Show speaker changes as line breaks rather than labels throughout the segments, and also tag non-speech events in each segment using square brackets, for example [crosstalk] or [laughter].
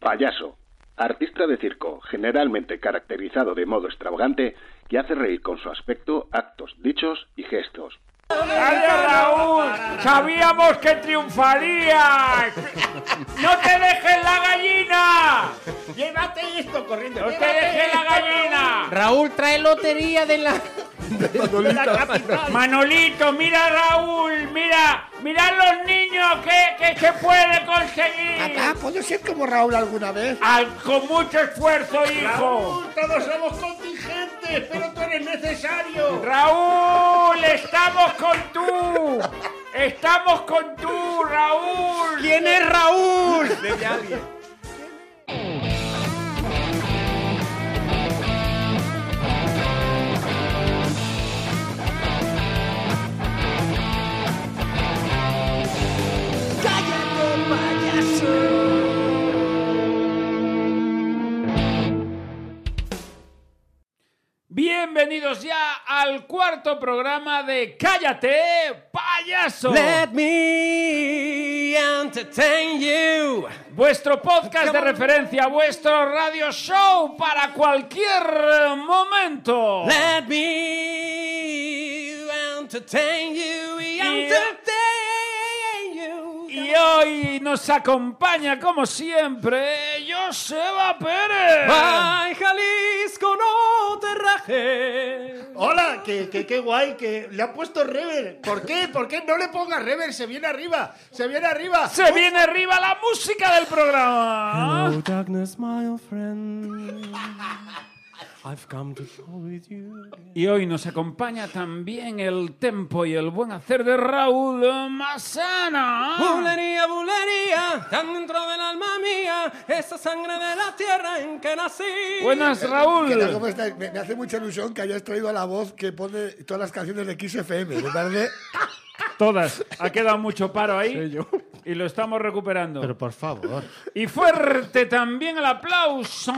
Payaso. Artista de circo, generalmente caracterizado de modo extravagante, que hace reír con su aspecto, actos, dichos y gestos.
¡Adiós, Raúl! ¡Sabíamos que triunfarías! ¡No te dejes la gallina!
Llévate esto corriendo.
¡No te dejes la gallina!
Raúl trae lotería de la. [laughs]
Manolito, mira Raúl, mira, mira los niños que, que se puede
Papá,
conseguir.
¿puedo ser como Raúl alguna vez?
Al- con mucho esfuerzo, hijo.
todos somos contingentes, pero tú eres necesario.
Raúl, estamos con tú. Estamos con tú, Raúl.
¿Quién es Raúl?
Bienvenidos ya al cuarto programa de Cállate, payaso.
Let me entertain you.
Vuestro podcast de referencia, vuestro radio show para cualquier eh, momento.
Let me entertain you. Entertain you.
Y hoy nos acompaña, como siempre, Joseba Pérez.
Ay, Jalisco, no te rajes.
Hola, que, que, qué guay, que le ha puesto rever. ¿Por qué? ¿Por qué no le ponga rever? Se viene arriba, se viene arriba.
Se viene arriba la música del programa.
Hello, darkness, my old friend. I've come to talk with you.
Y hoy nos acompaña también el tempo y el buen hacer de Raúl Masana.
Bulería, bulería, tan dentro del alma mía, esa sangre de la tierra en que nací.
Buenas,
¿Qué tal? ¿Cómo
Raúl.
estás? Me, me hace mucha ilusión que hayas traído a la voz que pone todas las canciones de XFM. Me parece.
Todas. Ha quedado mucho paro ahí. Y lo estamos recuperando.
por favor.
Y fuerte también el aplauso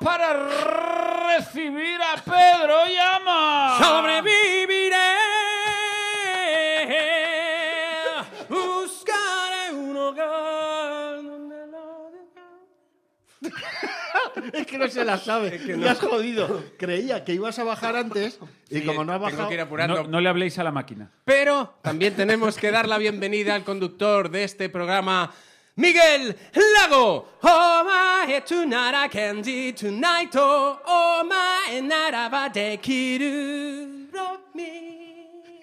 para recibir a Pedro Llama.
Sobreviviré, buscaré un hogar. donde la-
Es que no se la sabe. Me has jodido. Creía que ibas a bajar antes y como no ha bajado.
No, no le habléis a la máquina.
Pero también tenemos que dar la bienvenida al conductor de este programa, Miguel Lago. Oh my, tonight I can do tonight. Oh, oh my, naraba de kiru.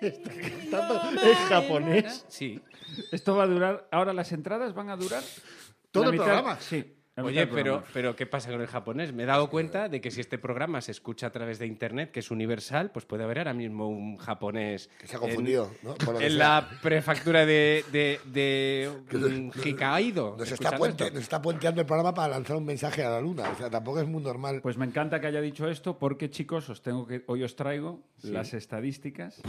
Está [laughs] cantando en japonés.
Sí.
Esto va a durar. Ahora las entradas van a durar.
¿Todo
la
el
mitad-
programa?
Sí. la mitad
Oye,
del
pero,
programa.
pero ¿qué pasa con el japonés? Me he dado cuenta de que si este programa se escucha a través de Internet, que es universal, pues puede haber ahora mismo un japonés...
Que [laughs] se ha confundido,
en-
¿no? Por lo que
en
sea.
la prefectura de, de, [laughs] de um, Hokkaido,
Nos
escuchando
está, puente-
esto.
nos está puenteando el programa para lanzar un mensaje a la luna. O sea, tampoco es muy normal.
Pues me encanta que haya dicho esto porque, chicos, os tengo que, hoy os traigo las estadísticas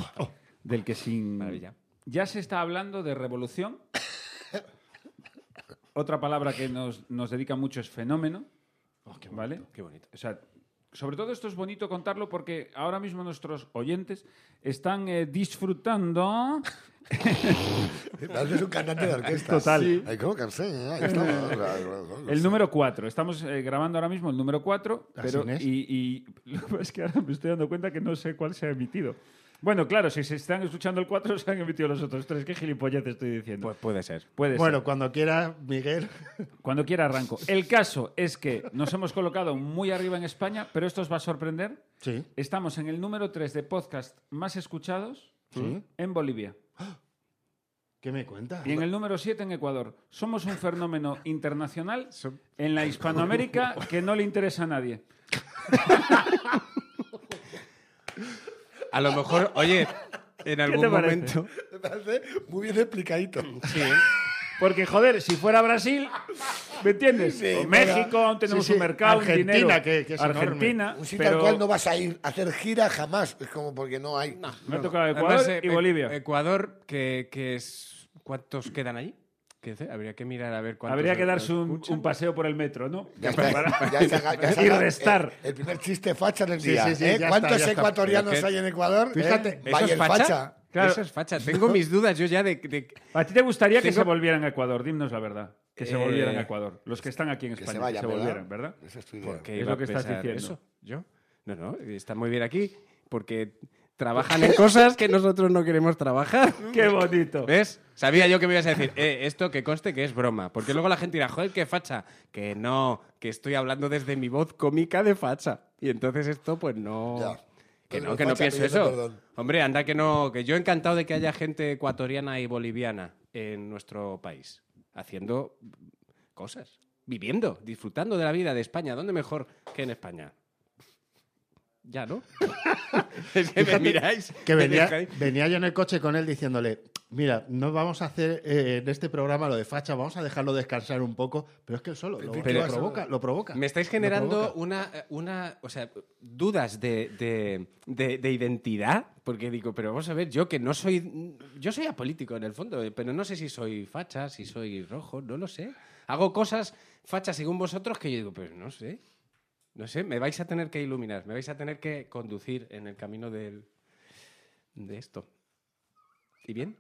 del que sin...
Maravilla.
Ya se está hablando de revolución. Otra palabra que nos, nos dedica mucho es fenómeno. ¿Vale?
Oh, Qué bonito.
O sea, sobre todo esto es bonito contarlo porque ahora mismo nuestros oyentes están eh, disfrutando...
Haces un cantante de orquesta.
Total.
Ay, cómo cansé. ¿eh? Ahí estamos.
El número 4. Estamos eh, grabando ahora mismo el número 4.
Así
Pero,
es.
y, y [laughs] lo que pasa es que ahora me estoy dando cuenta que no sé cuál se ha emitido. Bueno, claro, si se están escuchando el 4, [laughs] se han emitido los otros tres. Qué gilipollez estoy diciendo.
Pues puede ser.
Puede
Bueno, cuando quiera, Miguel.
ser. Cuando quiera arranco. El caso es que nos hemos colocado muy arriba en España, pero esto os va a sorprender.
Sí.
Estamos en el número 3 de podcast más escuchados
Sí.
en Bolivia.
¿Qué me cuentas?
Y en el número 7 en Ecuador. Somos un fenómeno internacional en la
[laughs]
Hispanoamérica que no le interesa a nadie.
A lo mejor, oye, en algún
parece?
momento.
Me parece muy bien explicadito.
Sí.
Porque, joder, si fuera Brasil, ¿me entiendes?
Sí, pero-
o México, aún tenemos
sí, sí.
un mercado, un
Argentina,
dinero.
que- que es enorme.
Argentina,
Un sitio al
pero
cual no vas a ir a hacer gira jamás. Es como porque no hay.
me ha tocado Ecuador
Además, eh,
y
eh,
Bolivia.
Ecuador, que, que es. ¿Cuántos quedan allí? ¿Qué dice? Habría que mirar a ver cuántos.
Habría que darse un,
escuchan.
un paseo por el metro, ¿no?
Ya está,
Para-
ya se haga- ya se
y
haga-
restar.
El, el primer chiste facha del
Sí,
día.
sí, sí,
¿eh?
ya
¿Cuántos
está, ya está.
ecuatorianos
Pero que-
hay en Ecuador?
Fíjate,
¿Eh?
¿Eso es
Valle
facha?
facha.
Claro.
Eso es facha. Tengo mis dudas yo ya de. de-
¿A ti te gustaría que
Tengo-
se volvieran a Ecuador? Dinos la verdad. que se
Eh,
volvieran a Ecuador. Los que están aquí en
que
España,
se vayan,
que se
¿verdad?
volvieran, ¿verdad?
Esa es tu idea.
¿Por qué
Es
iba
lo
a
que estás
pensar
diciendo.
Eso? ¿Yo? No, no, está muy bien aquí porque trabajan en cosas que nosotros no queremos trabajar.
¡Qué bonito!
¿Ves? Sabía yo que me ibas a decir, [laughs] eh, esto que conste que es broma. Porque luego la gente dirá, joder, qué facha. Que no, que estoy hablando desde mi voz cómica de facha. Y entonces esto, pues no.
Ya.
Que
Pero
no, que no
facha
pienso
pidiendo
eso.
perdón.
Hombre, anda que no. Que yo encantado de que haya gente ecuatoriana y boliviana en nuestro país. Haciendo cosas. Viviendo, disfrutando de la vida de España. ¿Dónde mejor que en España? Ya,
[laughs]
¿no? [laughs] es que me miráis.
Que
me [laughs]
venía,
dejáis-
venía yo en el coche con él diciéndole, mira, no vamos a hacer eh, en este programa lo de facha, vamos a dejarlo descansar un poco, pero es que él solo lo,
Pero-
lo provoca, lo provoca.
Me estáis
Lo
generando
provoca.
una, eh, una, o sea, dudas de, de- de- de identidad, porque digo, pero vamos a ver, yo que no soy, yo soy apolítico en el fondo, eh, pero no sé si soy facha, si soy rojo, no lo sé. Hago cosas fachas según vosotros que yo digo, pero no sé, no sé, me vais a tener que iluminar, me vais a tener que conducir en el camino del, de esto. ¿Y bien?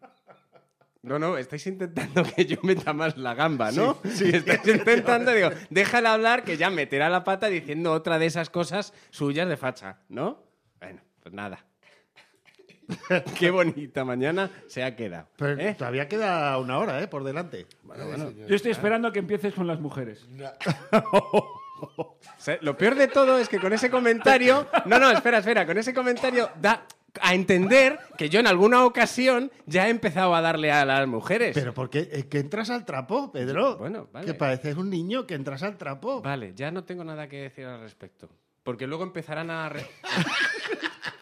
No, no, estáis intentando que yo meta más la gamba, ¿no? Sí, [laughs] estáis intentando, digo, déjala hablar que ya meterá la pata diciendo otra de esas cosas suyas de facha, ¿no? Bueno, pues nada. [laughs] Qué bonita mañana se ha quedado.
Pero
¿eh?
todavía queda una hora, ¿eh? Por delante.
Yo estoy esperando a que empieces con las mujeres.
O sea, lo peor de todo es que con ese comentario. No, no, espera, espera. Con ese comentario da a entender que yo en alguna ocasión ya he empezado a darle a las mujeres.
Pero ¿por qué? Eh, que entras al trapo, Pedro.
Bueno, vale.
Que pareces un niño que entras al trapo.
Vale, ya no tengo nada que decir al respecto. Porque luego empezarán
[laughs]
a. re-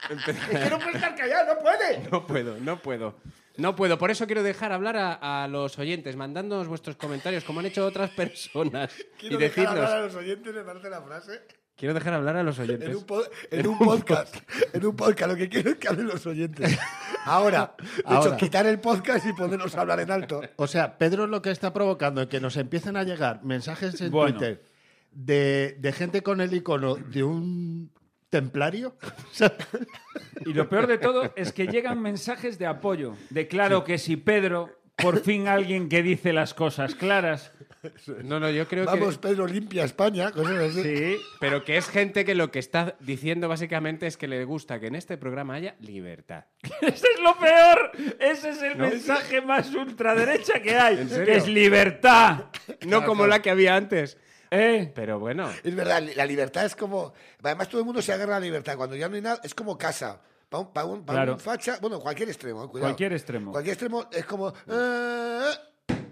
Empe-
Que no puede estar callado, no puede.
no puedo, no puedo. No puedo, por eso quiero dejar hablar a, a los oyentes, mandándonos vuestros comentarios como han hecho otras personas.
Quiero
y
dejar
decirnos,
hablar a los oyentes, me parece la frase.
quiero dejar hablar a los
En
oyentes.
un, pod- en un podcast. En un podcast. Lo que quiero es que hablen los oyentes. Ahora. De
Ahora.
hecho, quitar el podcast y ponernos a hablar en alto.
O sea, Pedro lo que está provocando es que nos empiecen a llegar mensajes en
Bueno.
Twitter de, de gente con el icono de un templario. [laughs] O sea,
Y lo peor de todo es que llegan mensajes de apoyo. De claro que si Pedro, por fin alguien que dice las cosas claras.
No, no, yo creo que.
Vamos, Pedro, limpia España. Cosas así.
Sí.
Pero que es gente que lo que está diciendo básicamente es que le gusta que en este programa haya libertad.
Ese es lo peor. Ese es el mensaje más ultraderecha que hay. Que es libertad.
No como la que había antes.
¿Eh?
Pero bueno,
Es verdad, la libertad es como. Además, todo el mundo se agarra a la libertad. Cuando ya no hay nada, es como casa. Para un, pa' un- pa' un
Claro.
facha, bueno, cualquier extremo, eh, cuidado.
Cualquier extremo.
Cualquier extremo es como. eh,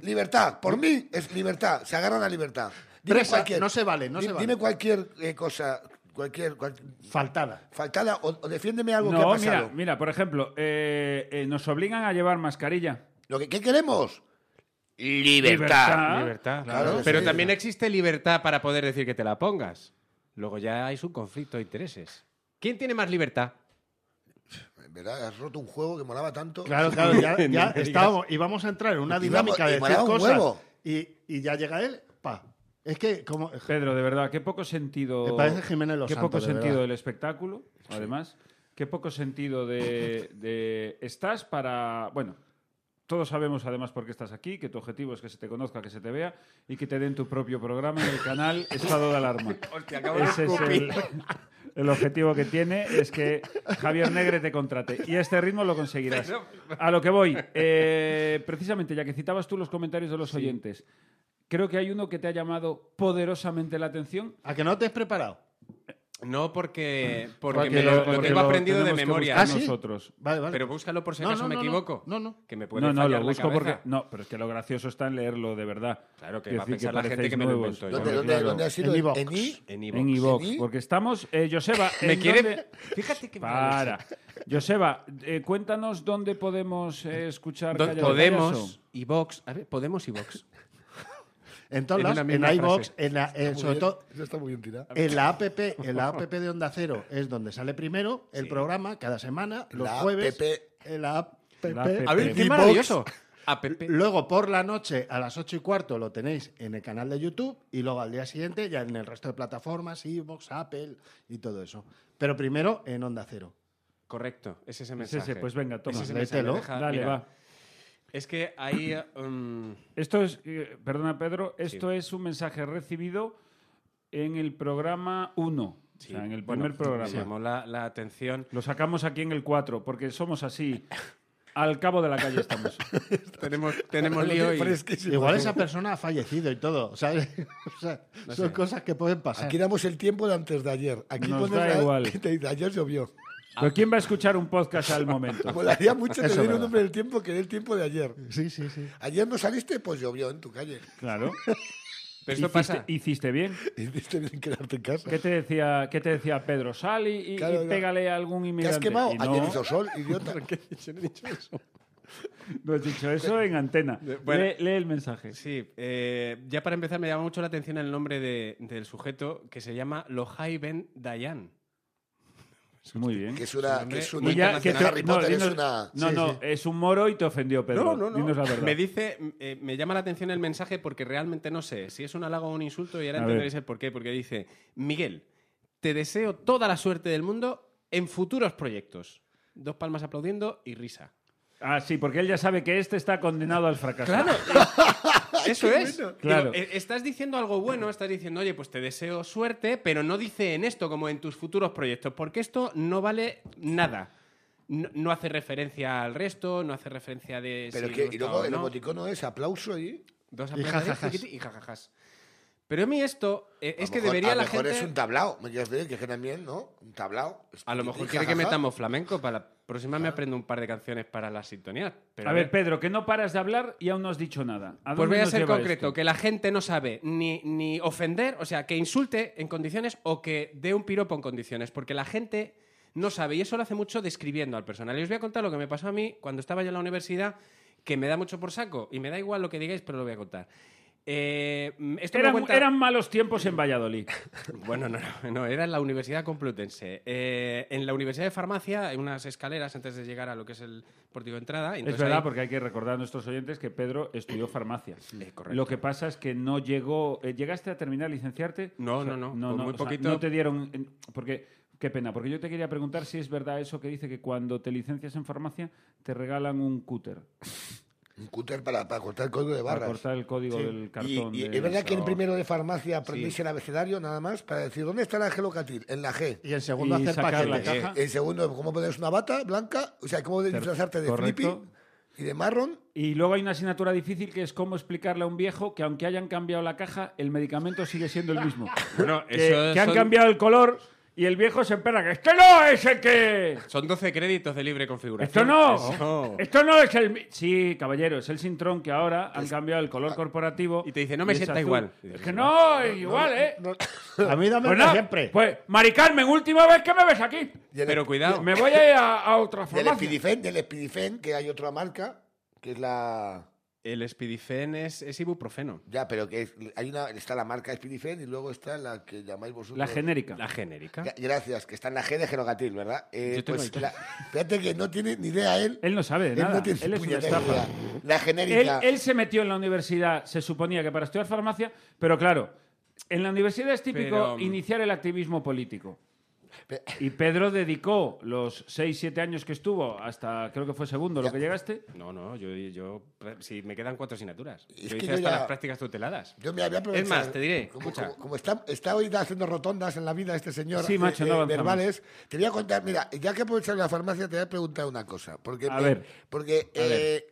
libertad, por mí es libertad. Se agarran a libertad.
Presa, no se vale, no
di-
se vale.
Dime cualquier eh, cosa, cualquier, cual-
faltada.
faltada o, o defiéndeme algo que ha
No,
pasado.
mira, mira, por ejemplo, eh, eh, nos obligan a llevar mascarilla.
Lo que, ¿Qué queremos?
Libertad.
libertad.
Claro,
Ah, Pero
sí.
también existe libertad para poder decir que te la pongas. Luego ya hay un conflicto de intereses. ¿Quién tiene más libertad?
En verdad, has roto un juego que molaba tanto. [laughs]
Claro, claro, ya,
No
ya
me digas.
estábamos, íbamos a entrar en una
Íbamos-
dinámica
y
de decir
molaba un
cosas.
huevo.
Y, y ya llega él, pa. Es que como
Pedro, de verdad, qué poco sentido.
Me parece Jiménez Los
Qué
Santos,
poco
de
sentido
verdad.
del espectáculo, además. Qué poco sentido de, de- Estás para. Bueno. Todos sabemos además por qué estás aquí, que tu objetivo es que se te conozca, que se te vea y que te den tu propio programa en el canal Estado de Alarma. Ese es el, el objetivo que tiene, es que Javier Negre te contrate. Y a este ritmo lo conseguirás. A lo que voy, eh, precisamente ya que citabas tú los comentarios de los oyentes, creo que hay uno que te ha llamado poderosamente la atención.
a que no te has preparado.
No porque, porque,
Porque
me
lo-
lo, lo
porque
tengo
lo
aprendido de
tenemos que
memoria.
buscar
¿Ah, sí?
nosotros.
Vale, vale.
Pero pues, búscalo por si
No,
acaso
no,
me
no, no.
equivoco.
No, no.
Que me puede
No, no,
fallar
lo
la
busco
cabeza.
porque. No, pero es que lo gracioso está en leerlo de verdad.
Claro, que
Quiero
va a
decir
pensar la gente
parecéis
que me lo
nuevos.
invento yo.
¿Dónde,
Claro,
dónde, dónde ha sido?
En iVox.
¿En i?
En
En
iVoox.
iVox,
¿Sí?
porque estamos. eh, Joseba,
[laughs] Me
¿en
quiere.
dónde-
Fíjate que
Para. Joseba, eh, cuéntanos dónde podemos eh, escuchar.
Do-
Calla de
Podemos
Payaso.
y Vox. A ver, Podemos y Vox.
en todas
en
las-
una
en,
misma
iVoox,
frase.
en la- en-
Muy
sobre
bien,
todo
Eso está muy bien tirado.
En la app, en la app de Onda Cero es donde sale primero el programa cada semana, los
La
jueves.
APP.
En la app.
La APP.
A ver, qué
Y Vox,
maravilloso. A
Luego por la noche a las 8 y cuarto lo tenéis en el canal de YouTube y luego al día siguiente ya en el resto de plataformas, Evox, Apple y todo eso. Pero primero en Onda Cero.
Correcto, es ese
Es
mensaje.
ese, pues venga, toma.
Es ese
Léetelo.
mensaje, deja-
Dale,
mira.
va.
Es que ahí. um,
Esto es, eh, perdona Pedro, esto es un mensaje recibido en el programa 1,
sí,
o sea, en el
bueno,
primer programa.
me Llamó la, la atención.
Lo sacamos aquí en el 4, porque somos así. Al cabo de la calle estamos.
[laughs] Ah. tenemos tenemos lío y.
Igual esa persona ha fallecido y todo. ¿sabes? O sea, [laughs] son
sé.
cosas que pueden pasar.
Aquí damos el tiempo de antes de ayer. Aquí
Nos
pones
da
la- [laughs]
igual.
de ayer llovió.
Pero ¿quién va a escuchar un podcast al momento?
Molaría mucho
Eso es
tener un
verdad.
nombre del tiempo que dé el tiempo de ayer.
Sí, sí, sí.
Ayer no saliste, pues llovió en tu calle. [laughs]
Claro.
Pero esto
hiciste,
pasa.
hiciste bien.
Hiciste bien quedarte en casa.
¿Qué te decía, qué te decía Pedro? Sal y, y- y
Claro, no.
pégale a algún
¿Te has
inmigrante.
quemado?
Y no,
Ayer hizo sol, idiota.
no has dicho eso en antena.
bueno.
Lee, lee el mensaje.
Sí, eh, ya para empezar me llama mucho la atención el nombre de- del sujeto que se llama Lohai Ben Dayan.
Muy bien.
[laughs] Que es una...
hombre,
Que es
y
una
Y ya que te-
Harry Potter es
dinos-
una...
no, no, es un moro y te ofendió, Pedro. Dinos la verdad.
Me dice, eh, me llama la atención el mensaje porque realmente no sé si es un halago o un insulto y ahora
A
entenderéis
ver.
el porqué. Porque dice, Miguel, te deseo toda la suerte del mundo en futuros proyectos. Dos palmas aplaudiendo y risa.
Ah, sí, porque él ya sabe que este está condenado al fracaso.
Claro,
[laughs]
eso es. Digo,
Claro.
eh, estás diciendo algo bueno, estás diciendo, oye, pues te deseo suerte, pero no dice en esto como en tus futuros proyectos, porque esto no vale nada. No, no hace referencia al resto, no hace referencia de.
Pero
si
que...
gusta
Y luego
o
el
no.
emoticono es aplauso y...
Dos
Y
aplausos,
jajajas.
tiquití, y jajajas. Pero a mí esto eh, es
A
que
mejor-
debería
a
la
mejor
gente.
es un tablao. ¿Me quieres decir que es que también, no? Un tablao.
A lo mejor
Y
quiere que
jajaja.
metamos flamenco. Para la próxima me aprendo un par de canciones para las sintonías. Pero
A ver, Pedro, que no paras de hablar y aún no has dicho nada. ¿A
Pues
dónde
voy a
nos
ser
lleva
concreto,
esto?
que la gente no sabe ni, ni ofender, o sea, que insulte en condiciones o que dé un piropo en condiciones, porque la gente no sabe, y eso lo hace mucho describiendo al personal. Y os voy a contar lo que me pasó a mí cuando estaba yo en la universidad, que me da mucho por saco, y me da igual lo que digáis, pero lo voy a contar. Eh, esto me
Eran,
cuenta-
eran malos tiempos en Valladolid.
[laughs] bueno, no, no, no, era en la Universidad Complutense. Eh, en la Universidad de Farmacia hay unas escaleras antes de llegar a lo que es el pórtico de entrada. y
es
[laughs] entonces
verdad,
ahí-
porque hay que recordar a nuestros oyentes que Pedro estudió farmacia.
Eh, correcto.
Lo que pasa es que no llegó. eh, ¿Llegaste a terminar licenciarte?
No, no, no, por muy
o sea,
poquito.
no te dieron. en- Porque, qué pena, porque yo te quería preguntar si es verdad eso que dice que cuando te licencias en farmacia te regalan un cúter
Un cúter para, para cortar el código de
para
barras.
cortar el código del cartón.
Y, y
de-
es verdad que en
Oh.
primero de farmacia aprendís el abecedario nada más para decir dónde está la gelocatil, en la G.
Y el segundo
Y
hacer
sacar la
paquetes. Eh,
caja.
En segundo, cómo pones una bata blanca, o sea, cómo disfrazarte de
correcto.
flippy y de marrón.
Y luego hay una asignatura difícil que es cómo explicarle a un viejo que aunque hayan cambiado la caja, el medicamento sigue siendo el mismo.
Bueno,
que,
[laughs] eso
que han
son-
cambiado el color y el viejo se espera que esto no es el que...
Son 12 créditos de libre configuración.
Esto no,
Eso.
esto no es el... mi-". Sí, caballero, es el Sintrón que ahora han cambiado el color corporativo.
Ah. Y te dice, "No me
es
sienta
azul".
igual. Y
Es
dices,
que no, es igual, ¿eh? [coughs]
[laughs] A mí dame
Pues
el de
nada,
siempre.
Pues, Mari Carmen, última vez que me ves aquí.
Y el,
Pero cuidado.
Me voy a ir a, a otra
y el
farmacia.
Epidifen, del Epidifen, que hay otra marca, que es la.
El espidifen es, es ibuprofeno.
Ya, pero que es- hay una, está la marca Epidifen y luego está la que llamáis vosotros.
La genérica.
La genérica.
Gra- Gracias, que está en la G de gelocatil, ¿verdad? Eh,
Yo tengo
pues
el-
la- fíjate que no tiene ni idea él.
Él no sabe de
Él
nada.
no tiene
Él es una
puñetera
estafa.
idea. La
Él,
genérica.
él se metió en la universidad, se suponía que para estudiar farmacia, pero claro, en la universidad es típico
Pero, um,
iniciar el activismo político.
Pe-
Y Pedro dedicó los 6-7 años que estuvo, hasta creo que fue segundo lo que llegaste.
No, no, yo, yo si me quedan cuatro asignaturas. yo
Es que
hice
yo
hasta
ya-
las prácticas tuteladas.
Yo me había aprovechado.
Es más, te diré,
Como,
escucha.
como- como está, está hoy haciendo rotondas en la vida este señor.
Sí, macho, no avanzamos.
verbales. Te voy a contar, mira, ya que aprovechas la farmacia, te voy a preguntar una cosa. Porque,
A
me-
ver.
Porque. eh,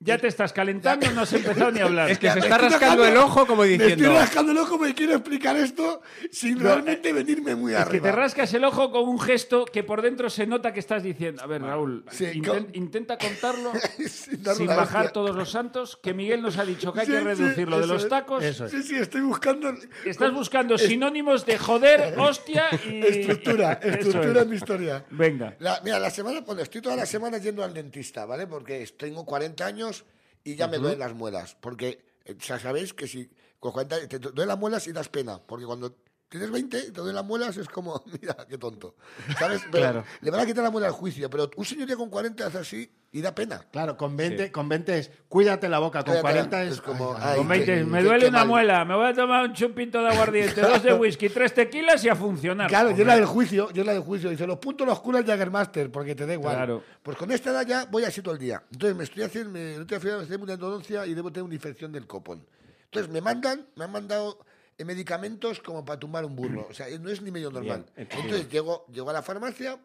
Ya te estás calentando, no has
[laughs]
empezado ni a hablar.
Es que se
me
está
estoy
rascando el
rascando-
ojo como
me
diciendo.
estoy rascando el ojo, me quiero explicar esto sin realmente venirme muy
Que
arriba.
te rascas el ojo con un gesto que por dentro se nota que estás diciendo. A ver, Raúl,
Sí,
inten-
con-
intenta contarlo
[laughs] Sin dar
sin
una
bajar
hostia.
todos los santos, que Miguel nos ha dicho que hay
Sí,
que
sí,
reducir lo de
eso
los
es,
tacos.
eso es.
Sí, sí, estoy buscando.
Estás buscando sinónimos de
[laughs]
joder, hostia y.
Estructura,
[laughs] Eso es.
estructura en mi historia.
Venga.
La- mira, la semana, bueno, estoy toda la semana yendo al dentista, ¿vale? Porque tengo 40 años y ya me duelen las muelas. Porque eh, ya sabéis que si con 40 años te duelen las muelas y das pena. Porque cuando tienes 20 y te duelen las muelas es como, [laughs] mira, qué tonto. ¿Sabes? Pero
Claro.
Le van a quitar la muela al juicio, pero un señor ya con 40 hace así y da pena.
Claro, con 20, con 20 es cuídate la boca, con
Cuídate,
40 es.
es como,
ay,
ay,
Con
qué-
20, me
qué-
duele
qué
una
mal.
muela, me voy a tomar un chupito de aguardiente, dos de whisky, tres tequilas y a funcionar.
Claro, yo
Hombre,
la del juicio, yo la del juicio. Dice, los puntos los cura el Jaggermaster, porque te da igual.
Claro.
Pues con esta edad ya voy así todo el día. Entonces me estoy haciendo, me, el otro día fui a hacerme una endodoncia y debo tener una infección del copón. Entonces me mandan, me han mandado eh, medicamentos como para tumbar un burro. O sea, eh, no es ni medio normal. Entonces llego, llego a la farmacia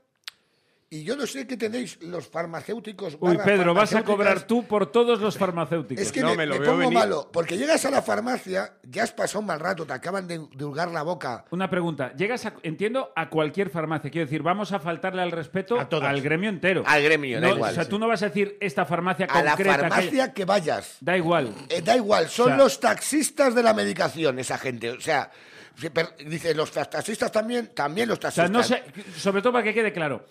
y yo no sé qué tenéis los farmacéuticos.
Uy,
barra
Pedro, vas a
farmacéuticas.
cobrar tú por todos los farmacéuticos.
Es que
No,
me,
me lo
me
veo
pongo
venir.
malo, porque llegas a la farmacia, ya has pasado un mal rato, te acaban de, de hurgar la boca.
Una pregunta. Llegas, a- entiendo, a cualquier farmacia. Quiero decir, vamos a faltarle al respeto
A todas.
al gremio entero.
Al gremio, da
No,
igual,
O sea,
sí.
tú no vas a decir esta farmacia
A la
concreta. que-
farmacia que vayas.
Da igual.
Eh, da igual, son
O sea-
los taxistas de la medicación, esa gente. O sea, se per- dice, los ta- taxistas también, también los
O sea,
taxistas.
no sé, sobre todo para que quede claro.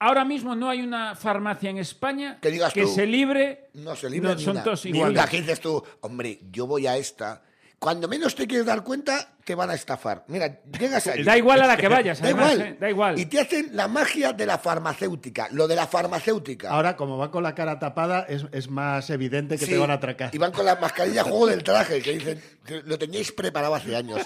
Ahora mismo no hay una farmacia en España
Que digas tú.
se libre.
No se libra
No,
ni
son
una.
todos
Ni
iguales.
una que dices tú, hombre, yo voy a esta. Cuando menos te quieres dar cuenta, te van a estafar. Mira, llegas ahí.
Da igual a la que vayas,
[laughs] Da
además,
igual.
¿eh? Da igual.
Y te hacen la magia de la farmacéutica, lo de la farmacéutica.
Ahora, como va con la cara tapada, es, es más evidente que
Sí,
te van a atracar.
Y van con la mascarilla juego del traje, que dicen, que lo teníais preparado hace años.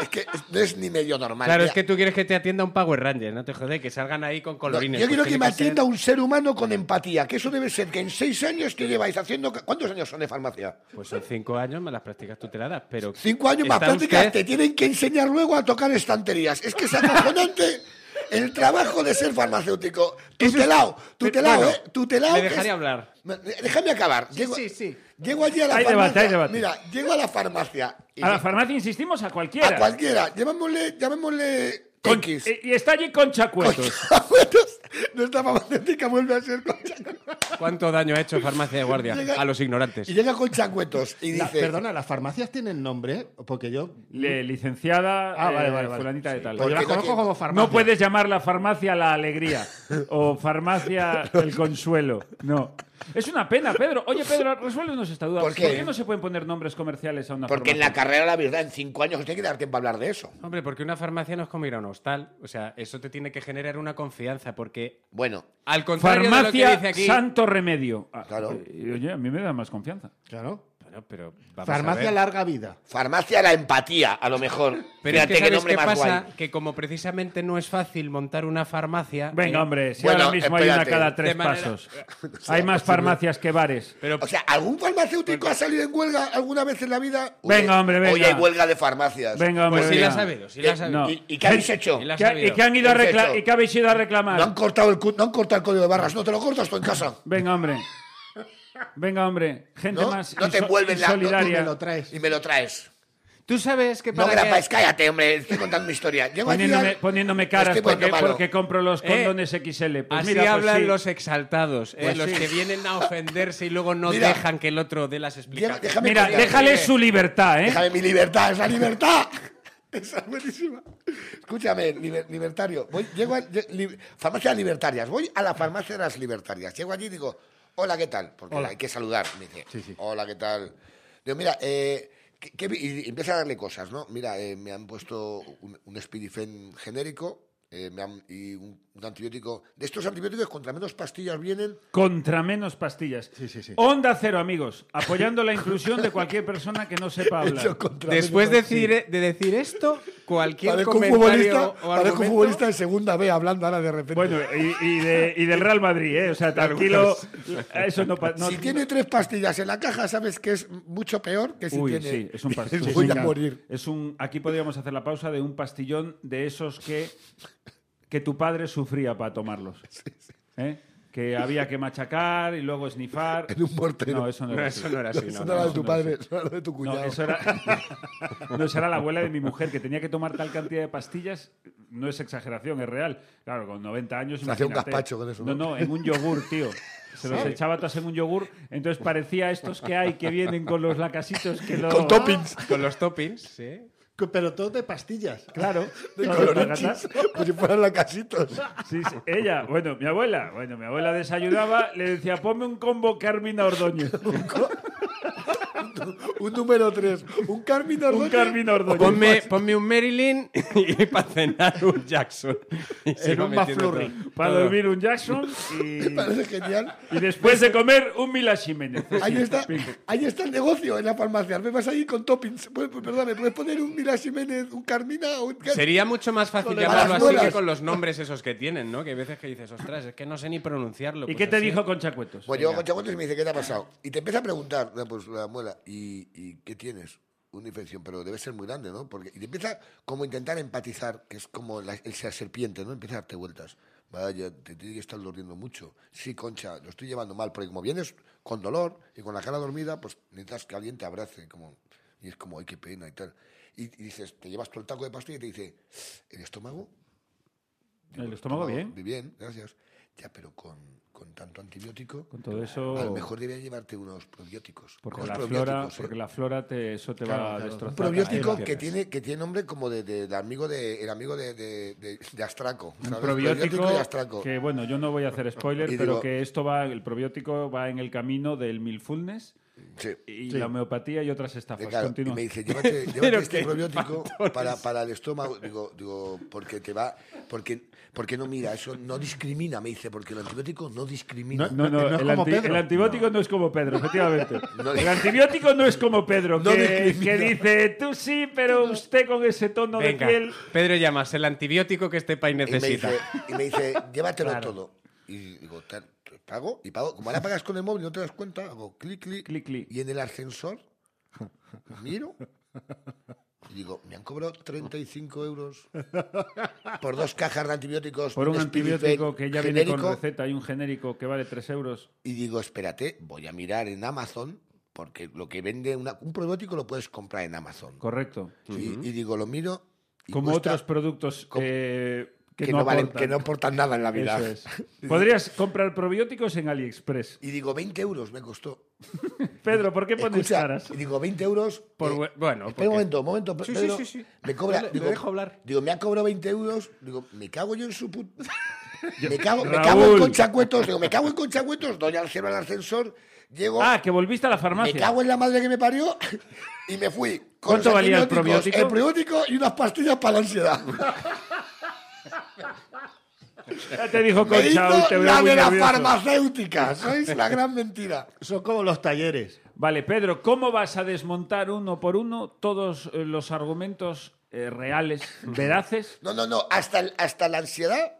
es que es- no es ni medio normal.
Claro,
Mira,
es que tú quieres que te atienda un Power Ranger, no te jode, que salgan ahí con
No,
colorines.
Yo
pues
quiero que
tiene
me
ser-
atienda un ser humano con empatía, que eso debe ser que en seis años que lleváis haciendo... ca- ¿Cuántos años son de farmacia?
Pues son cinco años, me las prácticas tuteladas, pero...
[laughs] Cinco años más
¿está
prácticas,
usted-
te tienen que enseñar luego a tocar estanterías. Es que es acojonante [laughs] el trabajo de ser farmacéutico. Tutelado, tutelado,
bueno,
¿eh? Tutelado.
le
que es-
dejaré hablar.
Me- Déjame acabar. Llego,
sí, sí.
Llego allí a la
Hay
farmacia.
debate, hay debate.
Mira, llego a la farmacia. y-
A la farmacia insistimos a cualquiera.
a cualquiera. Llamémosle, llamémosle
Con- E- eh,
X. [laughs]
y, y está allí Concha Cuetos.
Nuestra farmacéutica vuelve a ser Concha.
¿Cuánto daño ha hecho Farmacia de Guardia
Llega-
a los ignorantes?
Y llega con chacuetos y
La-
dice...
perdona, las farmacias tienen nombre, ¿eh? porque yo.
Le- licenciada,
Ah, vale,
eh,
vale, vale.
fulanita de tal.
Pues yo
Porque
las
no
conozco
tiene-
como farmacia.
No puedes llamar la farmacia la alegría o farmacia el consuelo. No. Es una pena, Pedro. Oye, Pedro, resuélvenos esta duda.
¿Por qué?
no se pueden poner nombres comerciales a una
Porque en la
farmacia?
carrera, la verdad, en cinco años tiene que dar tiempo a hablar de eso.
Hombre, porque una farmacia no es como ir a un hostal. O sea, eso te tiene que generar una confianza, porque
Bueno,
al contrario
Farmacia
de lo que dice aquí...
Santo Remedio. Ah,
Claro.
eh, Oye, a mí me da más confianza.
Claro.
Bueno, pero vamos
Farmacia
a ver.
larga vida.
farmacia la empatía, a lo mejor.
Pero es
Fíjate
que
qué
¿sabes
nombre
qué
más
pasa?
guay.
Que como precisamente no es fácil montar una farmacia...
Venga,
eh,
hombre, si
bueno,
ahora mismo hay una
espérate.
cada tres
De manera- [laughs]
pasos. Hay más farmacias que bares.
Pero
O sea, ¿algún farmacéutico ha salido en huelga alguna vez en la vida?
Venga, hombre, venga.
Hoy hay huelga de farmacias.
Venga, hombre.
pues sí la
venga.
has sabido, sí
¿Qué-
la has sabido.
No.
eh, ¿Y, y qué habéis hecho?
Y la- has
¿Qué ha-
sabido.
¿Y qué han ido a
Perfecto.
reclamar? ¿Y qué habéis ido a
No han
reclamar?
cortado el, cu- no han cortado el código de barras. No te lo cortas tú en casa.
Venga, hombre. Venga, hombre. Gente
No,
más
no te
inso-
envuelven la- no-
insolidaria.
Me lo traes.
Y me lo traes.
Tú sabes que
No
para que-
grapáis, cállate, hombre. Estoy contando mi historia. Llego allí
Poniéndome,
al-
poniéndome
me
caras
estoy
porque,
poniendo malo.
porque compro los
Eh,
condones XL. Pues
Así
mira, pues
hablan
sí.
los exaltados, eh,
Pues
los
sí.
que vienen a ofenderse y luego no
Mira.
dejan que el otro dé las
Llega-
explicaciones.
déjame
Mira,
contar.
déjale su libertad, ¿eh?
Déjame mi libertad, es la libertad. [laughs] Esa es buenísima. Escúchame, liber- libertario. Voy, llego a lle- li- farmacia de libertarias. Voy a la farmacia de las libertarias. Llego allí y digo, hola, ¿qué tal? Porque hay que saludar. Me dice, hola, ¿qué tal? Digo, mira, eh, ¿qué- qué vi-?" y empieza a darle cosas, ¿no? Mira, eh, me han puesto un, un Spirifen genérico eh, me han- y un, un antibiótico. De estos antibióticos, contra menos pastillas vienen,
Contra menos pastillas. Onda cero, amigos. Apoyando la inclusión de cualquier persona que no sepa hablar.
[laughs] Yo contra
Después de
menos-
decir, de decir esto, cualquier
Parezco un,
comentario
futbolista,
o
parezco un
argumento-
futbolista de segunda B hablando ahora de repente.
Bueno, y, y de- y del Real Madrid, ¿eh? O sea, tranquilo. Eso no, pa- no-
Si tiene tres pastillas en la caja, sabes que es mucho peor que si
Uy,
tiene.
sí,
[laughs]
es un pastillo.
voy
Es
a
un-
morir.
Es un, aquí podríamos hacer la pausa de un pastillón de esos que, que tu padre sufría para tomarlos. ¿Eh? Que había que machacar y luego snifar.
En un mortero.
No, eso no,
No,
era
eso
así.
no era así. no,
no, era
no.
de tu padre, no era de tu
No,
cuñado.
eso era, [laughs] no, esa era la abuela de mi mujer, que tenía que tomar tal cantidad de pastillas. No es exageración, es real. Claro, con 90 años.
Se hacía un
imagínate.
gazpacho con eso,
No,
¿no?
no, en un yogur, tío. Se los echaba todas en un yogur. Entonces parecía estos que hay que vienen con los lacasitos que lo.
Con toppings.
Con los toppings, sí.
Co- Pero todo de pastillas.
Claro.
De
Todos
colorinchis.
lagatas.
Como si fueran lacasitos.
Sí, sí, Ella, bueno, mi abuela, bueno,
[laughs]
mi abuela desayunaba, le decía, ponme un combo Carmina Ordóñez.
Un un, un número 3. Un Carmín Ordóñez.
Un Carmín Ordóñez.
Ponme, ponme un Marilyn y para cenar un Jackson. [laughs] Y se va
un
metiendo
McFlurry.
todo-
Para
todo.
dormir un Jackson y,
Parece genial.
y después de comer un Mila Jiménez.
Ahí está,
Pim.
ahí está el negocio en la farmacia. Me vas ahí con toppings. Pues, pues, perdón, ¿me puedes poner un Mila Jiménez, un Carmina? Un...
Sería mucho más fácil
Con el-
llamarlo
Las
así que
muelas.
con los nombres esos que tienen, ¿no? Que hay veces que dices, ostras, es que no sé ni pronunciarlo.
¿Y
pues
qué te
así.
dijo con Chacuetos?
Bueno, llego con Chaguantes y me dice, ¿qué te ha pasado? Y te empieza a preguntar, "Ah, pues la muela, ¿y, y qué tienes? Una infección, pero debe ser muy grande, ¿no? Porque, y te empieza como a intentar empatizar, que es como la, el ser serpiente, ¿no? Empieza a darte vueltas. Vaya, te tiene que estar doliendo mucho. Sí, concha, lo estoy llevando mal, porque como vienes con dolor y con la cara dormida, pues necesitas que alguien te abrace, como, y es como, ay, qué pena y tal. Y, y dices, te llevas todo el taco de pastilla y te dice, ¿el estómago?
El estómago bien.
Bien, gracias. Ya, pero con, con tanto antibiótico.
Con todo eso.
A lo mejor debería llevarte unos probióticos.
Porque
Unos
la, flora,
probióticos, ¿eh?
porque la flora te, eso te va a destrozar.
Un
las
probiótico que
piernas.
tiene, que tiene nombre como de, de- de amigo de, el amigo de, de, de- de Astraco.
Un
¿sabes?
probiótico
y Astraco.
que, bueno, yo no voy a hacer spoiler,
[laughs] Y
pero
digo-
que esto va, el probiótico va en el camino del milfulness
Sí.
y la homeopatía y otras
Eh,
estafas.
claro, y
pues Continúa. [laughs]
me dice, llévate, llévate
Pero
este
qué
probiótico para, para el estómago. Digo, digo, porque te va, porque, porque no mira, eso no discrimina, me dice, porque el antibiótico no discrimina.
No, no, no,
No es
el,
como
anti-
Pedro.
el antibiótico no. es como Pedro, efectivamente.
[laughs] No.
el antibiótico no es como Pedro,
No
que,
discrimina.
que dice, tú sí, pero usted con ese tono
Venga,
de piel.
Pedro llamas el antibiótico que este país
Y me
necesita.
dice, y
[laughs]
me dice, llévatelo todo. Y digo, "Tal, te pago y pago. Como ahora pagas con el móvil y no te das cuenta, hago clic, clic.
Clic, clic.
Y en el ascensor, miro. Y digo, me han cobrado 35 euros por dos cajas de antibióticos.
Por un
Spirifed
antibiótico que ya viene con
genérico.
receta y un genérico que vale 3 euros.
Y digo, espérate, voy a mirar en Amazon, porque lo que vende una- un probiótico lo puedes comprar en Amazon.
Correcto.
Y, y digo, lo miro. y
Como
cuesta-
otros productos
como-
eh, que,
que,
no
no valen-
aportan.
que no aportan nada en la vida.
Eso
[laughs]
es. Podrías comprar probióticos en AliExpress.
Y digo, 20 euros me costó.
Pedro, ¿por qué pones
Escucha,
caras?
Y digo, 20 euros. eh,
Por bu- bueno,
espera
porque-
un momento, un momento.
Sí, sí,
Pedro,
sí, sí.
Me cobra.
Yo le-
digo,
le dejo hablar.
Digo, me ha cobrado 20 euros. Digo, me cago yo en su puta. me, cago, me
Raúl.
cago en conchacuetos. Digo, me cago en conchacuetos. Doy al cero al ascensor. Llego.
Ah, que volviste a la
me
farmacia.
cago en la madre que me parió. [laughs] Y me fui. con
¿Cuánto
los
valía el
antibióticos,
probiótico?
El probiótico y unas pastillas para la ansiedad.
Ya te dijo
Me
Concha, hoy te
hizo
veo
la
muy
de la
nervioso.
farmacéutica. Sois la gran mentira.
Son como los talleres.
Vale, Pedro, ¿cómo vas a desmontar uno por uno todos eh, los argumentos eh, reales,
[laughs]
veraces?
No, no, no. Hasta, el- hasta la ansiedad,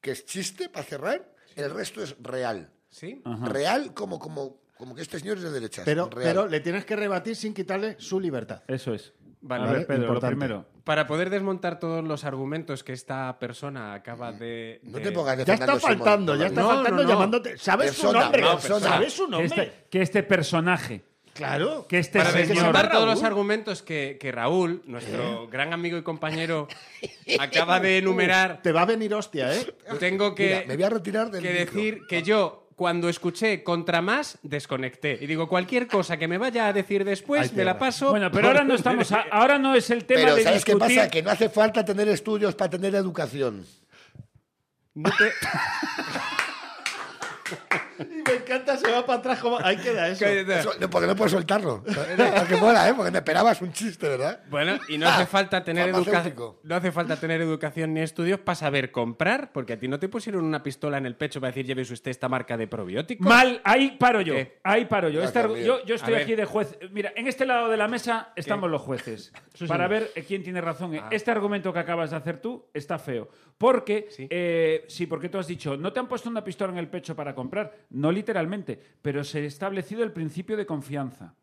que es chiste para cerrar, el resto es real.
¿Sí?
Real como, como, como que este señor es de derechas.
Pero,
real.
pero le tienes que rebatir sin quitarle su libertad.
Eso es.
Vale,
a ver,
vale,
Pedro,
importante.
lo primero.
Para poder desmontar todos los argumentos que esta persona acaba de.
Eh, no
de-
te pongas de
eh, Ya
Fernando
está
Simón,
faltando,
todavía.
ya está
No,
faltando
no, no.
llamándote. ¿Sabes su
Persona,
nombre?
no, persona.
¿Sabes su
Que
nombre?
este, que este personaje,
Claro.
que este
Para
señor...
desmontar todos
Raúl.
los argumentos que, que Raúl, nuestro
¿Eh?
gran amigo y compañero,
[laughs]
acaba de enumerar,
Te va a venir hostia, ¿eh?
tengo que,
Mira, me voy a retirar del
que
micro.
decir que yo, cuando escuché contra más, desconecté. Y digo, cualquier cosa que me vaya a decir después,
Ahí
me la
queda.
paso.
Bueno, pero ahora no estamos... a- ahora no es el tema
Pero
de
¿sabes qué
discutir...
pasa? Que no hace falta tener estudios para tener educación.
No
[laughs]
te-
[laughs] Y me encanta, se va para atrás. Como... Ahí queda eso.
Eso, no, porque no
[laughs]
puedo soltarlo. Porque mola, ¿eh? Porque te esperabas un chiste, ¿verdad?
Bueno, y no hace falta tener educación.
Ah, farmacéutico.
No hace falta tener educación ni estudios para saber comprar, porque a ti no te pusieron una pistola en el pecho para decir lleves usted esta marca de probióticos.
Mal, ahí paro yo.
¿Qué?
Ahí paro yo.
Ya,
Este argu-
Gabriel.
yo, yo
A
estoy
ver.
aquí de juez. Mira, en este lado de la mesa estamos los
[laughs]
jueces. para ver eh, quién tiene razón.
Ah.
eh. Este argumento que acabas de hacer tú está feo. Porque,
Sí.
eh, sí, porque tú has dicho, no te han puesto una pistola en el pecho para comprar. No literalmente, pero se ha establecido el principio de confianza.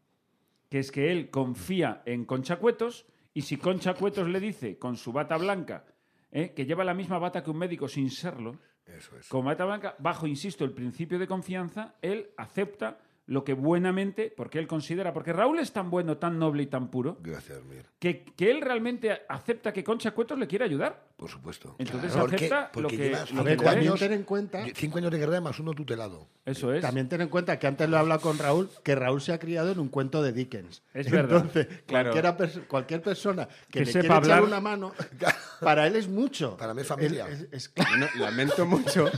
Que es que él confía en Conchacuetos y si Conchacuetos le dice con su bata blanca, eh, que lleva la misma bata que un médico sin serlo, como mata blanca, bajo, insisto, el principio de confianza, él acepta lo que buenamente, porque él considera, porque Raúl es tan bueno, tan noble y tan puro,
Gracias, Mir.
que, que él realmente a- acepta que Concha Cuetos le quiere ayudar.
Por supuesto.
Entonces
Claro.
acepta
Porque-
lo
porque
que-
llevas
lo
A
que
ver,
cinco
le
también
años-
ten en cuenta.
Cinco años de guerra más uno tutelado.
Eso es.
También ten en cuenta que antes lo he hablado con Raúl, que Raúl se ha criado en un cuento de Dickens.
Es verdad.
Entonces,
Claro.
cualquiera pers- cualquier persona que,
Que
le
sepa
quiera echar
hablar.
[laughs]
una mano, para él es mucho.
Para mí es familia.
Él es- es-
Bueno, lamento mucho,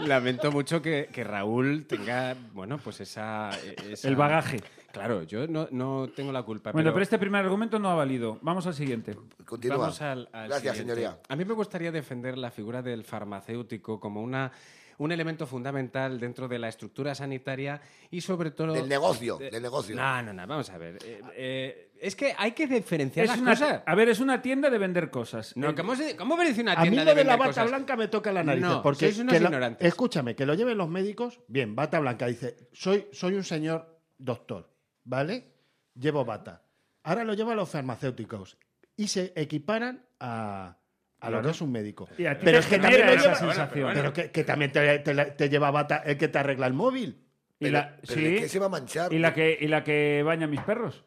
lamento mucho que, que Raúl tenga, bueno, pues esa, esa-
El bagaje.
Claro, yo no, no tengo la culpa.
Bueno,
pero-
pero este primer argumento no ha valido. Vamos al siguiente.
Continúa.
Vamos al- al
Gracias,
siguiente.
señoría.
A mí me gustaría defender la figura del farmacéutico como una, un elemento fundamental dentro de la estructura sanitaria y sobre todo...
Del negocio,
de-
del negocio.
No, no, no, vamos a ver. Eh, eh, es que hay que diferenciar
Es
las
una-
cosas.
a ver, es una tienda de vender cosas.
No,
Eh,
¿cómo, se- ¿Cómo parece una
A mí
tienda
lo
de
de la
vender
bata
cosas?
blanca me toca la nariz. ¿eh?
No,
porque
sois unos
que lo-
ignorantes.
escúchame, que lo lleven los médicos, bien, bata blanca. Dice, soy, soy un señor doctor, ¿vale? Llevo bata. Ahora lo llevan los farmacéuticos y se equiparan a, a lo que es un médico.
Y a ti
Pero
te
es que
genera
también, lo
esa
lleva-
sensación.
pero que, que también te, te la- te lleva bata el que te arregla el móvil.
y la,
Pero
sí,
¿de qué se va a manchar?
y la que y la que baña mis perros.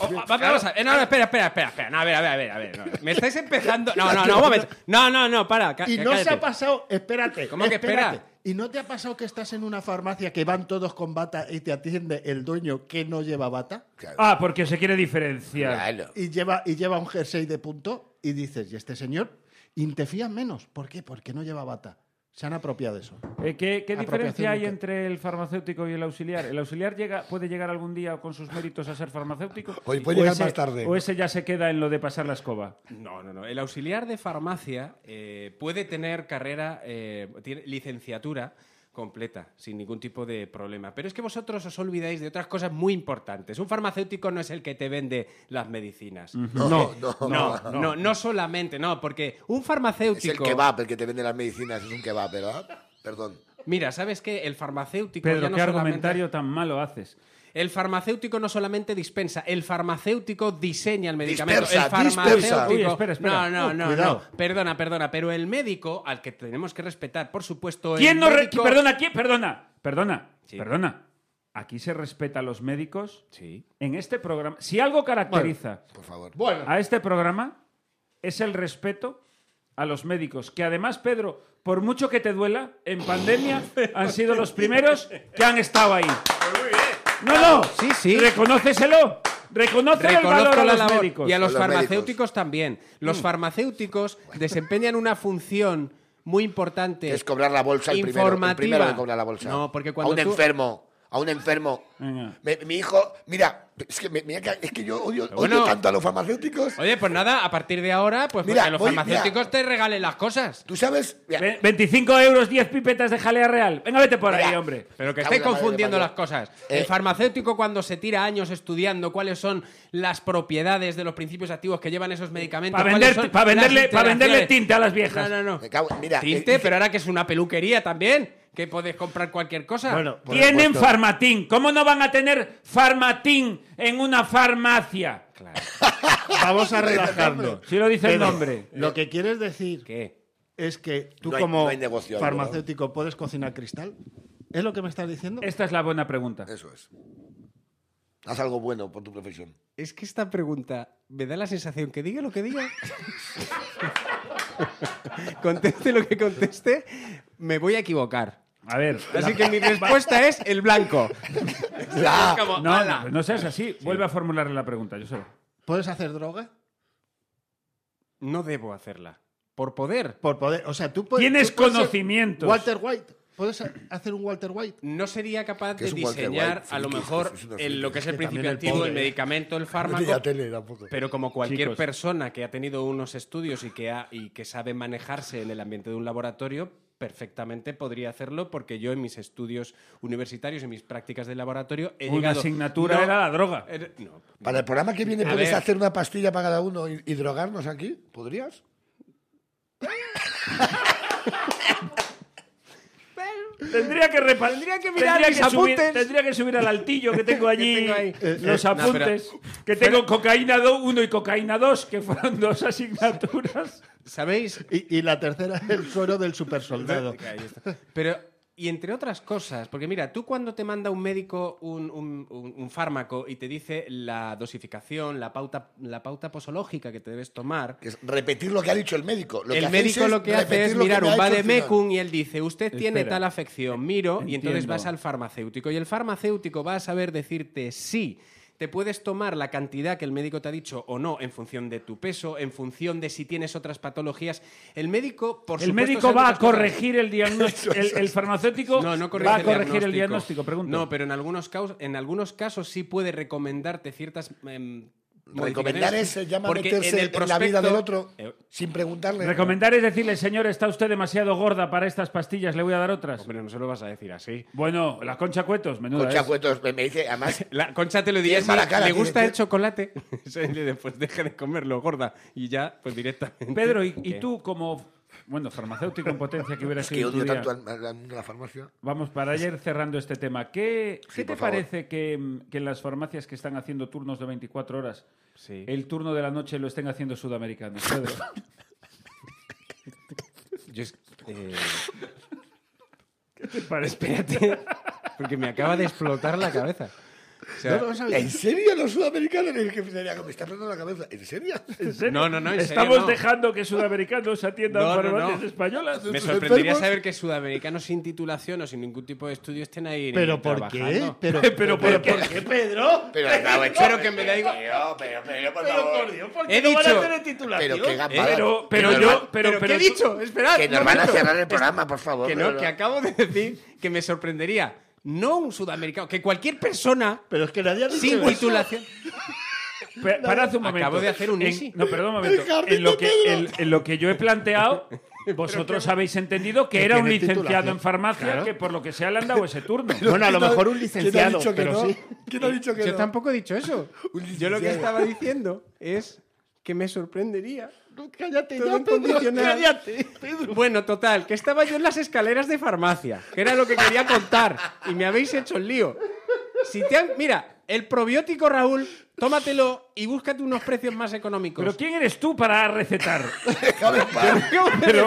Oh, va- Vamos a ver. No, no, espera, espera, espera. espera. No, a ver, a ver, a ver. a ver, no. Me estáis empezando. No, no, no, un momento. No, no, no, para. ca-
Y no se
Ah, cállate.
ha pasado, espérate.
¿Cómo que
espérate.
espera?
¿Y no te ha pasado que estás en una farmacia que van todos con bata y te atiende el dueño que no lleva bata?
Claro.
Ah, porque se quiere
Ah,
diferenciar.
Claro.
Y lleva, y lleva un jersey de punto y dices, ¿y este señor? Y te fías menos. ¿Por qué? Porque no lleva bata. Se han apropiado de eso.
Eh, ¿Qué, qué
Apropiación
diferencia hay
nunca.
entre el farmacéutico y el auxiliar? ¿El auxiliar llega, puede llegar algún día con sus méritos a ser farmacéutico?
Oye, puede llegar
ese-
más tarde.
¿O ese ya se queda en lo de pasar la escoba?
No, no, no. El auxiliar de farmacia eh, puede tener carrera, eh, tiene licenciatura completa, sin ningún tipo de problema. Pero es que vosotros os olvidáis de otras cosas muy importantes. Un farmacéutico no es el que te vende las medicinas.
No, no,
No, no, no, solamente, no, porque un
Es el
farmacéutico...
kebab el que te vende las medicinas, es un kebab, ¿verdad? Perdón.
Mira, ¿sabes qué? El farmacéutico... ya
Pedro,
no
qué
solamente-
argumentario tan malo haces.
El farmacéutico no solamente dispensa, el farmacéutico diseña el medicamento.
Dispersa,
el farmacéutico.
dispersa.
Uy, espera, espera.
No, no,
Uh,
no,
cuidado.
no. Perdona, perdona, pero el médico, al que tenemos que respetar, por supuesto. el
¿Quién no re-
médico-
Perdona, ¿quién? Perdona, perdona,
Sí.
perdona. Aquí se respeta a los médicos.
Sí.
En este programa, si algo caracteriza
Por favor.
a este programa, es el respeto a los médicos. Que además, Pedro, por mucho que te duela, en pandemia han sido los primeros que han estado ahí. No, no.
Sí, sí.
Reconóceselo. Reconoce el valor
Reconozco
a
la
los
labor.
médicos. Mm.
Y a los,
A los
farmacéuticos
médicos.
también. Los farmacéuticos desempeñan una función muy importante.
Que es cobrar la bolsa el primero. El
informativa.
primero que cobra la bolsa.
No, porque cuando
A un
tú-
enfermo. A un enfermo.
Venga.
Me- mi hijo, mira, es que, me- mira que- es que yo odio, odio
bueno.
tanto a los farmacéuticos.
Oye, pues nada, a partir de ahora, pues
Mira,
que los
voy-
farmacéuticos te regalen las cosas.
Tú sabes. Mira,
Ve- 25 euros, 10 pipetas de jalea real. Venga, vete por ahí,
Mira.
hombre.
Pero que
Cago en
estáis
la madre que
confundiendo
parió.
las cosas.
Eh.
El farmacéutico cuando se tira años estudiando cuáles son las propiedades de los principios activos que llevan esos medicamentos.
Pa'
cuáles
vender-
son
pa' venderle-
las
pa' venderle
interacciones.
tinte a las viejas.
No, no,
me
no.
cago en- mira,
Tinte,
eh,
pero ahora que es una peluquería también, que podéis comprar cualquier cosa.
Bueno, por
Tienen
supuesto.
farmatín. ¿Cómo no van a tener farmatín en una farmacia?
Claro.
[laughs]
Vamos a relajarnos.
Sí lo dice el
Pero
nombre.
Lo que quieres decir
¿Qué?
es que tú
No hay-
como
no hay negocio ahí,
farmacéutico puedes cocinar cristal. ¿Es lo que me estás diciendo?
Esta es la buena pregunta.
Eso es. Haz algo bueno por tu profesión.
Es que esta pregunta me da la sensación que diga lo que [laughs] diga. conteste lo que conteste, me voy a equivocar.
A ver.
Así que [laughs] mi respuesta es el blanco. Es como,
No,
"Hala".
no, no seas así. Vuelve a formularle la pregunta, yo solo.
¿Puedes hacer droga?
No debo hacerla. Por poder.
Por poder, o sea, tú puedes
Tienes
tú puedes ser
conocimientos.
Walter White, ¿puedes ha- hacer un Walter White?
No sería capaz
Que
de
es un Walter
diseñar,
White,
a lo
friki,
mejor,
es una
el-
friki.
lo que es el
que también
principio
el
activo,
pobre.
el
[laughs]
medicamento, el fármaco.
tenía tele tampoco.
Pero como cualquier
Chicos.
persona que ha tenido unos estudios y que, ha- y que sabe manejarse en el ambiente de un laboratorio, perfectamente podría hacerlo porque yo en mis estudios universitarios y mis prácticas de laboratorio he
Una
llegado-
asignatura
No,
era la droga.
er- no.
Para el programa que viene,
A
¿puedes
ver.
hacer una pastilla para cada uno y, y drogarnos aquí? ¿Podrías?
Tendría que repar- Tendría que
mirar mis
subir,
apuntes.
Tendría que subir al altillo [laughs] que tengo allí.
Que tengo ahí.
eh, los
No, pero-
apuntes. que tengo cocaína 1 y cocaína 2, que fueron dos asignaturas.
¿Sabéis?
Y, y la tercera es el suero
[laughs]
del supersoldado.
Ahí está. Pero, y entre otras cosas, porque mira, tú cuando te manda un médico un, un- un- un fármaco y te dice la dosificación, la pauta, la pauta posológica que te debes tomar,
Que es repetir lo que ha dicho el médico. Lo que
el
hacéis
médico
es
lo que hace
repetir
es
lo que
mirar
me ha
un
hecho al final.
vademecum y él dice, usted tiene
Espera.
tal afección, miro, y entonces
Entiendo.
vas al farmacéutico. Y el farmacéutico va a saber decirte sí. te puedes tomar la cantidad que el médico te ha dicho o no en función de tu peso, en función de si tienes otras patologías. El médico, por
El
supuesto,
médico
sabe
va a
otras cosas.
corregir el diagnóstico. El, el farmacéutico
No, no corrige
va a corregir el diagnóstico, pregunto.
No, pero en algunos, caos- en algunos casos sí puede recomendarte ciertas. em,
Recomendar
modificaciones,
se llama
porque
meterse en,
el
la vida
prospecto-
del otro
Eh,
sin preguntarle.
Recomendar es decirle, señor, está usted demasiado gorda para estas pastillas, le voy a dar otras.
Hombre, no se lo vas a decir así.
Bueno, la concha cuetos, menuda.
Concha
es.
Cuetos me, me dice, además,
[laughs]
La concha te lo diría
Tienes
si
mala cara,
le gusta
tiene-
el chocolate. [laughs] Eso, y Después deja de comerlo, gorda. Y ya, pues directamente.
Pedro, ¿y, y
Eh,
tú como, bueno, farmacéutico en potencia que hubiera
que
sido tu
odio
día?
tanto al- al- a la farmacia.
Vamos, para ir cerrando este tema, ¿qué,
Sí,
qué te
por favor.
parece que, mm, que en las farmacias que están haciendo turnos de 24 horas,
Sí.
el turno de la noche lo estén haciendo sudamericanos?
[laughs]
Pedro?
yo es- eh,
¿Te parece?
espérate, [laughs] porque me acaba de explotar la cabeza. O sea, no,
¿En serio los sudamericanos? El jefe de área, me está apretando la cabeza. ¿En serio?
¿En serio?
No, no, no, en serio,
Estamos
no.
dejando que sudamericanos atiendan
No, no,
farmacias
no.
españolas.
Me
estos
sorprendería
enfermos-
saber que sudamericanos sin titulación o sin ningún tipo de estudio estén ahí.
¿Pero por qué?
trabajando.
Pero,
[laughs] Pero ¿por qué?
Pedro?
Pero,
[laughs] Pero que me da igual.
Pero, pero, pero, por
Pero,
favor.
por Dios, ¿por
He
qué no van
dicho-
a hacer el titular,
Pero
tío?
qué gambada.
¿Eh? Pero, pero
Que nos
yo,
va-
pero,
Eh, ¿Pero
pero
qué he
tú-
dicho? Esperad.
Que
un
nos van a
momento.
cerrar el programa, por favor.
Que no, que acabo de decir que me sorprendería. No un sudamericano, que cualquier persona
Pero es que nadie ha dicho
sin
eso.
titulación.
Pa- parad un momento.
Acabo de hacer un
En-
easy.
no, perdón un momento.
El jardín
En lo,
de
que,
Pedro.
en, en lo que yo he
[laughs]
planteado, vosotros habéis entendido que
Que
era un
tiene
licenciado
titulación.
en farmacia
Claro.
que por lo que sea le han dado ese
[laughs]
turno.
Bueno, a lo mejor un
¿Quién ha
licenciado,
dicho que
pero
no?
sí.
¿Quién ha dicho que
Yo
no?
tampoco he dicho
[laughs]
eso.
Un
Yo lo que
licenciado.
estaba diciendo es que me sorprendería.
Cállate,
Todo
ya, Pedro,
incondicional.
cállate, Pedro.
Bueno, total, que estaba yo en las escaleras de farmacia, que era lo que quería contar, y me habéis hecho el lío. Si te han- Mira, el probiótico, Raúl, tómatelo y búscate unos precios más económicos. [laughs]
Pero ¿quién eres tú para recetar?
Déjame en paz.
pero,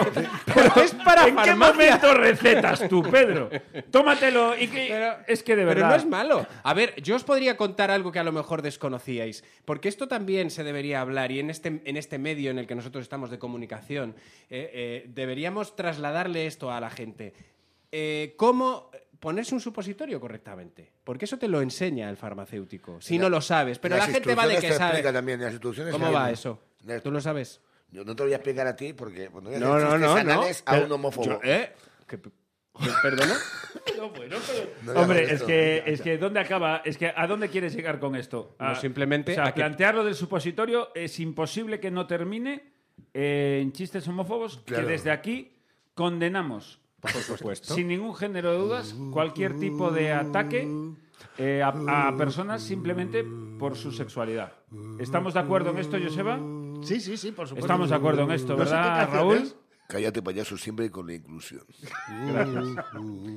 pero es para
¿En qué
farmacia.
momento recetas tú,
[laughs]
Pedro? Tómatelo y que...
Pero-
es que de verdad...
Pero no es malo. A ver, yo os podría contar algo que a lo mejor desconocíais, porque esto también se debería hablar y en este, en este medio en el que nosotros estamos de comunicación, eh, eh, deberíamos trasladarle esto a la gente. Eh, ¿Cómo ponerse un supositorio correctamente? Porque eso te lo enseña el farmacéutico, si
La-
no lo sabes, pero
Las
la gente va de
instrucciones
que
te
sabe.
explica también, las instrucciones
¿Cómo
hay
va
un-
eso?
Las-
¿Tú lo sabes?
Yo no te voy a explicar a ti porque cuando voy a
No,
hacer
no,
chistes
no, no.
anales a un homófobo.
Yo- ¿Eh? ¿Que- que- ¿Perdona?
No voy a
Hombre,
hacer
es
esto.
que, es que ¿dónde acaba? Es que ¿a dónde quieres llegar con esto?
No,
A-
simplemente
o sea,
a que-
plantear lo del supositorio es imposible que no termine eh, en chistes homófobos
Claro.
que desde aquí condenamos
Por supuesto.
sin ningún género de dudas cualquier tipo de ataque eh, a, a personas simplemente por su sexualidad. ¿Estamos de acuerdo en esto, Joseba?
Sí, sí, sí, por supuesto.
Estamos de acuerdo en esto,
pues, No sé qué
¿verdad,
canción
Raúl?
es.
¿eh? Cállate, payaso, siempre con la inclusión.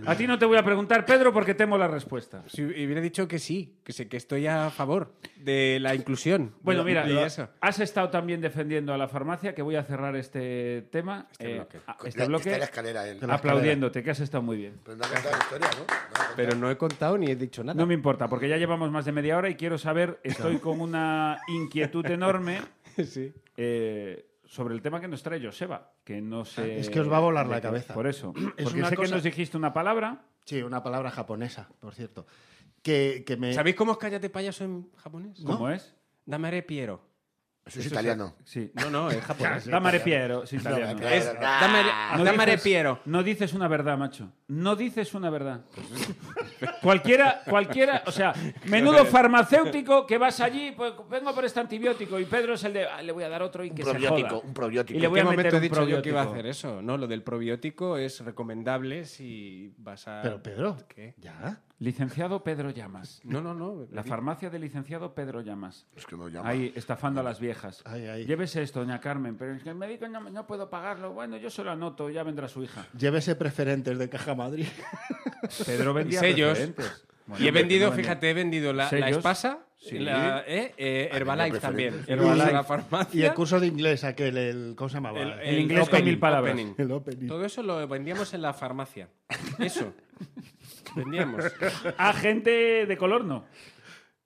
A ti no te voy a preguntar, Pedro, porque temo la respuesta.
Si hubiera dicho que sí, que, sé, que estoy a favor de la inclusión.
Bueno,
Y-
mira, eh,
y eso.
has estado también defendiendo a la farmacia, que voy a cerrar este tema, eh,
bloque.
a-
Con-
este bloque,
Está en la escalera él.
aplaudiéndote, que has estado muy bien.
Pero no ha contado la historia, ¿no? No ha contado.
Pero no he contado ni he dicho nada.
No me importa, porque ya llevamos más de media hora y quiero saber, estoy con una inquietud enorme
Sí.
eh, sobre el tema que nos trae Joseba, que no sé...
Es que os va a volar la
de qué-
cabeza.
Por eso,
Es
porque
una
sé que
cosa-
nos dijiste una palabra,
Sí, una palabra japonesa, por cierto. Que, que me...
¿Sabéis cómo es cállate payaso en japonés?
eh. ¿cómo es?
Damare Piero.
Eso es italiano.
Sí.
No,
[laughs]
no, es japonés.
Damare Piero, sí,
No,
italiano.
claro,
Es-
claro.
Damare,
No
Damare
dices-
Piero.
No dices una verdad, macho. No dices una verdad. cualquiera, cualquiera, o
[laughs]
sea, menudo farmacéutico que vas allí, pues vengo por este antibiótico y Pedro es el de, "Ah, le voy a dar otro y que se joda.
probiótico, un probiótico.
Y le
¿En
voy
qué
a meter
momento he
un
dicho yo que iba a
probiótico.
hacer eh? eso? No, lo del probiótico es recomendable si vas a...
Pero, Pedro,
¿Qué?
ya.
Licenciado Pedro Llamas.
No, no, no.
La farmacia del licenciado Pedro Llamas.
Es que no llama.
Ahí, estafando a las viejas.
Ay, ay.
Llévese esto, doña Carmen, pero es que el médico no, no puedo pagarlo. Bueno, yo se lo anoto, ya vendrá su hija.
Llévese preferentes de Caja Madrid.
[laughs] Pedro vendía
sellos.
preferentes. Bueno,
y he
hombre,
vendido,
no vendía-
fíjate, he vendido la, la
Sellos.
espasa,
Sí. Ah,
la, eh, eh, Herbalife también.
preferentes.
Herbalife,
Y-
la farmacia.
Y el curso de inglés, aquel, el, ¿cómo se llamaba?
El,
En inglés con mil palabras.
opening.
El opening.
Todo eso lo vendíamos en la farmacia. Eso. vendíamos.
Ah, gente de color no.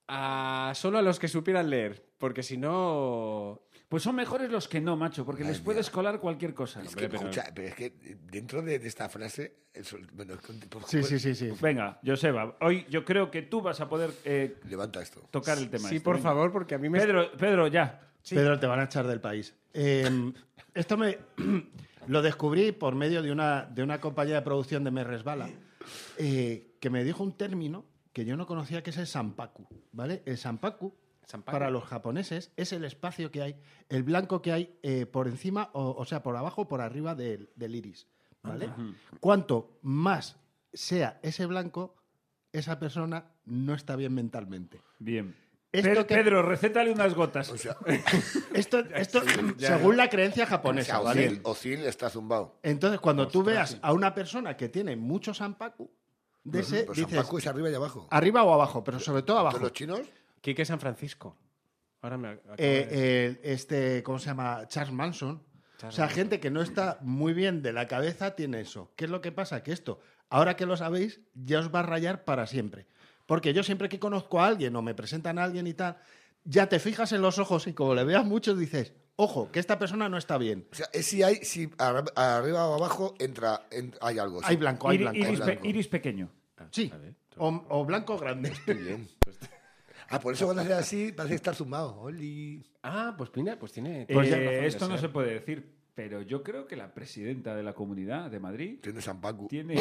A- solo a los que supieran leer. Porque si no.
Pues son mejores los que no, macho, porque les puedes colar cualquier cosa.
Es que,
Hombre, pero-
escucha, pero es que dentro de, de esta frase. es- bueno, es que-
Sí, sí, sí, sí.
Venga, Joseba, hoy yo creo que tú vas a poder eh,
Levanta esto.
tocar el tema.
Sí,
este,
por
venga.
favor, porque a mí me...
Pedro, Pedro, ya.
Pedro, te van a echar del país. Eh, esto me [clears throat] lo descubrí por medio de una, de una compañía de producción de Me Resbala, eh, que me dijo un término que yo no conocía, que es el Sanpaku. ¿vale? El Sanpaku,
Sanpaku.
para los japoneses, es el espacio que hay, el blanco que hay eh, por encima, o, o sea, por abajo o por arriba del, del iris. ¿vale? Cuanto más sea ese blanco, esa persona no está bien mentalmente.
Bien.
Esto
Pedro,
que-
Pedro, recétale unas gotas.
O sea,
Esto, esto según la creencia japonesa,
o sea,
¿vale?
Ozil- Ozil está zumbado.
Entonces, cuando tú veas a una persona que tiene mucho sanpaku, de ese,
Pues San
dices,
Paco es arriba y abajo.
arriba o abajo, pero sobre todo
Todos
abajo.
los chinos.
Quique San Francisco. Ahora me... ac- acabo
Eh,
de-
eh, este, ¿cómo se llama? Charles Manson.
Charles
o sea,
Manson.
gente que no está muy bien de la cabeza tiene eso. ¿Qué es lo que pasa? Que esto, ahora que lo sabéis, ya os va a rayar para siempre. Porque yo siempre que conozco a alguien o me presentan a alguien y tal, ya te fijas en los ojos y como le veas mucho dices, ojo, que esta persona no está bien.
O sea, es si hay, si ar- arriba o abajo entra, en- hay algo.
Hay blanco, hay
Iri-
blanco. hay
iris,
blanco.
pe-
blanco.
iris pequeño.
Sí, o, o blanco grande.
Muy bien. Ah, por eso cuando hace así parece estar zumbado. Oli.
Ah, pues mira, pues tiene...
Eh,
tiene razón de
esto no
ser.
se puede decir, pero yo creo que la presidenta de la comunidad de Madrid
Tiene San Paco.
tiene.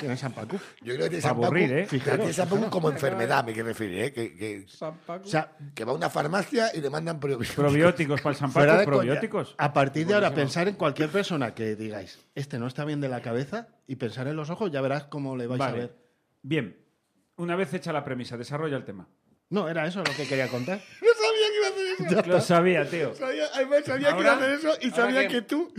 Tiene sanpaku.
Yo creo que tiene
Pa'
San Paco.
aburrir, ¿eh?
pero
Fijaros.
tiene San Paco como enfermedad, me quiero referir, ¿eh? Que, que,
San Paco.
O sea,
que va a una farmacia y le mandan probióticos.
Probióticos para el San
fuera
Paco,
de coña, Ah,
probióticos.
a partir de ahora, pensar en cualquier persona que digáis, este no está bien de la cabeza, y pensar en los ojos, ya verás cómo le vais a
Vale.
ver.
Bien. Una vez hecha la premisa, desarrolla el tema.
No, era eso lo que quería contar.
No sabía que iba a hacer eso.
Lo sabía, tío.
Sabía, además, sabía que
¿Ahora?
iba a hacer eso y
¿Ahora
sabía
qué?
que tú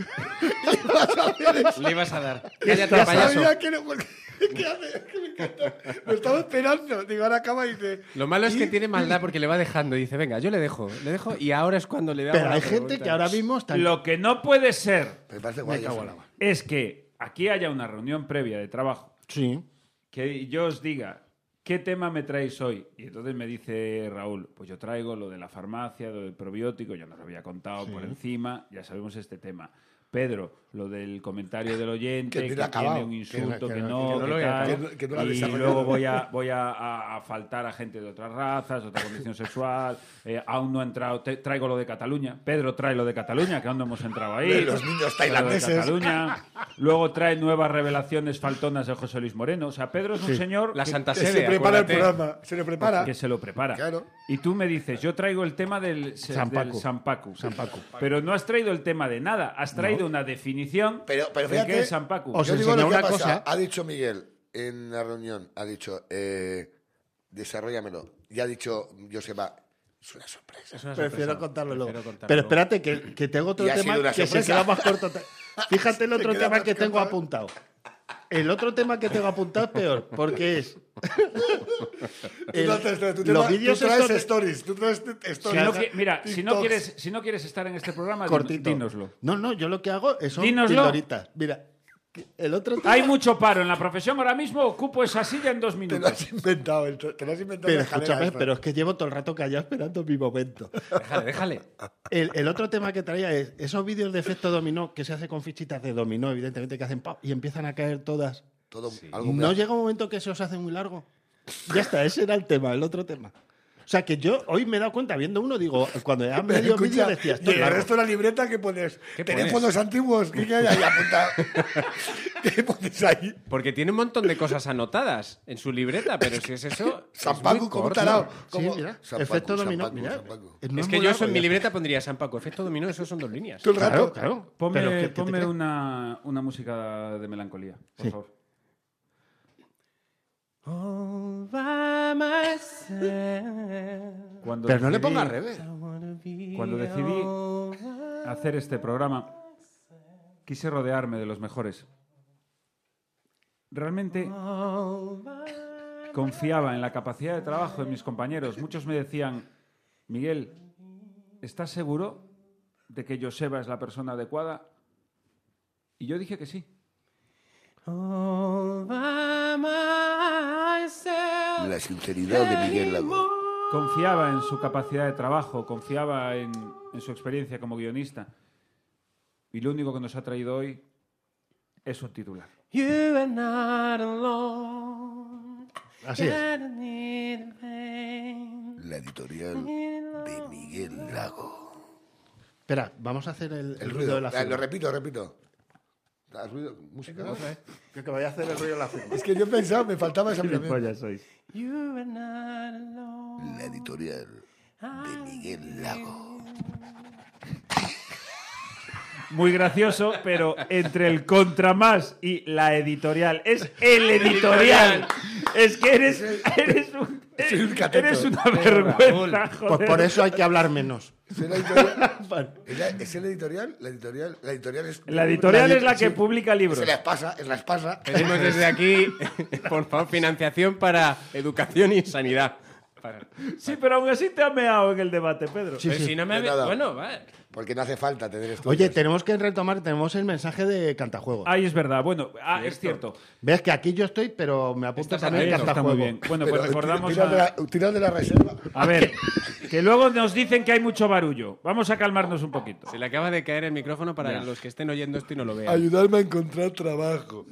[laughs] ibas a hacer eso.
Le ibas a dar. Cállate,
Ya
payaso.
sabía que no. porque- [laughs] ¿Qué hace? Es que me encanta. Lo estaba esperando. Digo, ahora acaba y dice.
Lo malo es que
¿y?
tiene maldad porque le va dejando. y Dice, venga, yo le dejo, le dejo y ahora es cuando le da.
Pero hay gente que ahora mismo está...
Lo que no puede ser
Me parece guay.
Me cago
eso.
en la mar.
es que aquí haya una reunión previa de trabajo
Sí.
que yo os diga qué tema me traéis hoy. Y entonces me dice Raúl, pues yo traigo lo de la farmacia, lo del probiótico, ya nos lo había contado por encima, ya sabemos este tema. Pedro, lo del comentario del oyente,
Que
que,
tiene acabado,
tiene un
que no-
insulto,
que
que,
no-
no,
que no
que
lo he
tal,
acabado. Que no- que no lo ha
y
desarrollado.
luego voy a, voy a, a- a faltar a gente de otras razas, otra
[laughs]
condición sexual, eh, aún no he entrado, te- traigo lo de Cataluña, Pedro trae lo de Cataluña, que aún no hemos entrado ahí.
De los niños tailandeses.
Lo de Cataluña. Luego trae nuevas revelaciones faltonas de José Luis Moreno. O sea, Pedro es un señor
La
que,
Santa
Se,
Sede.
prepara el
acuérdate.
programa. Se lo prepara.
que se lo prepara.
Claro.
Y tú me dices, yo traigo el tema del
San
del
Paco.
San Paco. Pero no has traído el tema de nada. Has traído una definición
Pero- pero
de qué
fíjate,
es San Paco.
os
Yo digo
enseñó
lo que
una
ha pasado.
cosa.
Ha dicho Miguel en la reunión, ha dicho, eh, desarrollamelo. Y ha dicho Joseba, es una sorpresa.
Es una
Prefiero
sorpresa.
contarlo luego.
Prefiero contarlo
Pero
luego.
espérate, que, que tengo otro
Y ha sido
tema
una
que se
sorpresa.
queda más corto. Fíjate el otro
queda
tema
más
que tengo
corto.
apuntado. El otro tema que tengo apuntado es peor, porque es... El-
Tú no haces nada, tú te
los
vas-
vídeos
tú traes
estos de-
stories, tú traes
Si
stories.
no qui- mira, si no,
TikToks.
quieres, si no quieres estar en este programa, din-
cortito.
dínoslo.
No, no, yo lo que hago es son
Dínoslo.
pildoritas. Mira, que el otro tema-
Hay mucho paro en la profesión ahora mismo. Ocupo esa silla en dos
Te lo
minutos.
has inventado. el- Te lo has inventado.
Pero
la escalera
escúchame,
esta.
pero es que llevo todo el rato callado esperando mi momento.
Déjale, déjale.
El, el otro tema que traía es esos vídeos de efecto dominó que se hace con fichitas de dominó, evidentemente, que hacen pop y empiezan a caer todas.
Todo, algo
¿No
muy- [laughs]
llega un momento que se os hace muy largo? Ya está, ese era el tema, el otro tema. O sea, que yo hoy me he dado cuenta viendo uno, digo, cuando ya
Pero
medio
escucha,
vídeo decía, esto
y
es
el
largo".
resto de la libreta que pones.
¿Qué pones?
Teléfonos antiguos. ¿Qué, qué hay ahí apuntado? ¿Qué pones ahí?
Porque tiene un montón de cosas anotadas en su libreta, pero si es
[laughs]
eso.
San
es
Paco
muy
como
corto.
tarao.
Sí,
Como-
mira,
San
efecto
Paco, San
dominó.
Paco,
mira,
San Paco.
no
Es
muy
que yo
largo,
eso en mi
ya
libreta pondría San Paco. Efecto dominó, eso son dos líneas.
Tú el
está.
rato.
Claro, claro.
Ponme,
Pero que- que te
ponme
creas.
una, una música de melancolía, por favor.
All by myself,
Cuando
Pero no le
decidí-
pongas revés.
I wanna be
Cuando decidí-
all by-
hacer este programa, quise rodearme de los mejores. Realmente
all by-
confiaba en la capacidad de trabajo de mis compañeros. Muchos me decían, Miguel, ¿estás seguro de que Joseba es la persona adecuada? Y yo dije que sí.
all by myself.
La sinceridad de Miguel Lago.
confiaba en su capacidad de trabajo, confiaba en, en su experiencia como guionista. Y lo único que nos ha traído hoy es un titular.
You are not alone.
Así es.
Gotta need a pain.
La editorial de Miguel Lago.
Espera, vamos a hacer el, el
El ruido,
de la
Ah, lo
firma.
repito, repito. Ah, ruido, música.
Creo que voy a hacer el ruido de la firma.
Es que yo pensaba, me faltaba esa primera.
sois.
You are not alone.
La editorial de Miguel Lago.
Muy gracioso, pero entre el contra más y la editorial. Es el editorial. Es que eres, eres, un,
Soy un cateto.
eres una vergüenza,
Pues
joder.
por eso hay que hablar menos.
Es
[laughs]
la editorial. ¿Es la- ¿Es el editorial? La editorial, la editorial es.
La editorial es la
sí.
que publica libros. Eh.
Se la pasa, es la
[laughs]
espasa.
Pedimos desde aquí, por favor, financiación para educación y sanidad.
Sí, pero aún así te ha meado en el debate, Pedro.
Sí,
Pero
sí.
si no me
de
habéis-
nada.
Bueno, vale.
Porque no hace falta tener esto.
Oye, tenemos que retomar, tenemos el mensaje de Cantajuego.
Ahí es verdad. Bueno, ah, es cierto.
Ves que aquí yo estoy, pero me apunto
Estás
también
atento,
Está
Cantajuego.
muy bien. Bueno, pues recordamos
Tira, de
a,
la, tira de la reserva.
a ver, que luego nos dicen que hay mucho barullo. Vamos a calmarnos un poquito.
Se le acaba de caer el micrófono para los que estén oyendo esto y no lo vean.
Ayudarme a encontrar trabajo.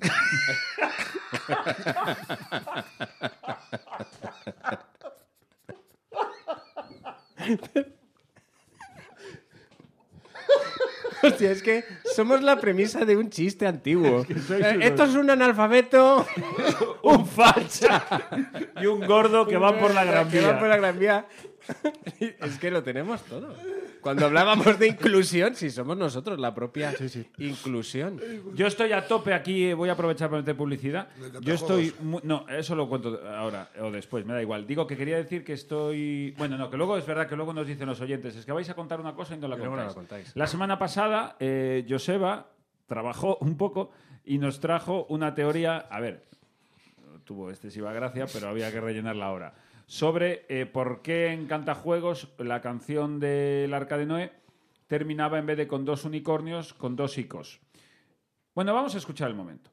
Hostia, es que somos la premisa de un chiste antiguo.
sois
Eh,
unos-
Esto es un analfabeto,
Un facha y un gordo que va por la gran
[laughs] que va por
vía.
la Gran Vía. [laughs] es que lo tenemos todo. Cuando hablábamos de inclusión, si somos nosotros la propia inclusión.
Yo estoy a tope aquí, eh, voy a aprovechar para meter publicidad. Yo estoy. mu- no, eso lo cuento ahora o después, me da igual. Digo que quería decir que estoy. Bueno, no, que luego es verdad que luego nos dicen los oyentes, es que vais a contar una cosa y no la,
Y
contáis.
luego no la contáis.
La semana pasada, eh, Joseba trabajó un poco y nos trajo una teoría. A ver, tuvo excesiva gracia, pero había que rellenarla ahora. Sobre eh, por qué en Cantajuegos la canción del Arca de Noé terminaba en vez de con dos unicornios, con dos icos. Bueno, vamos a escuchar el momento.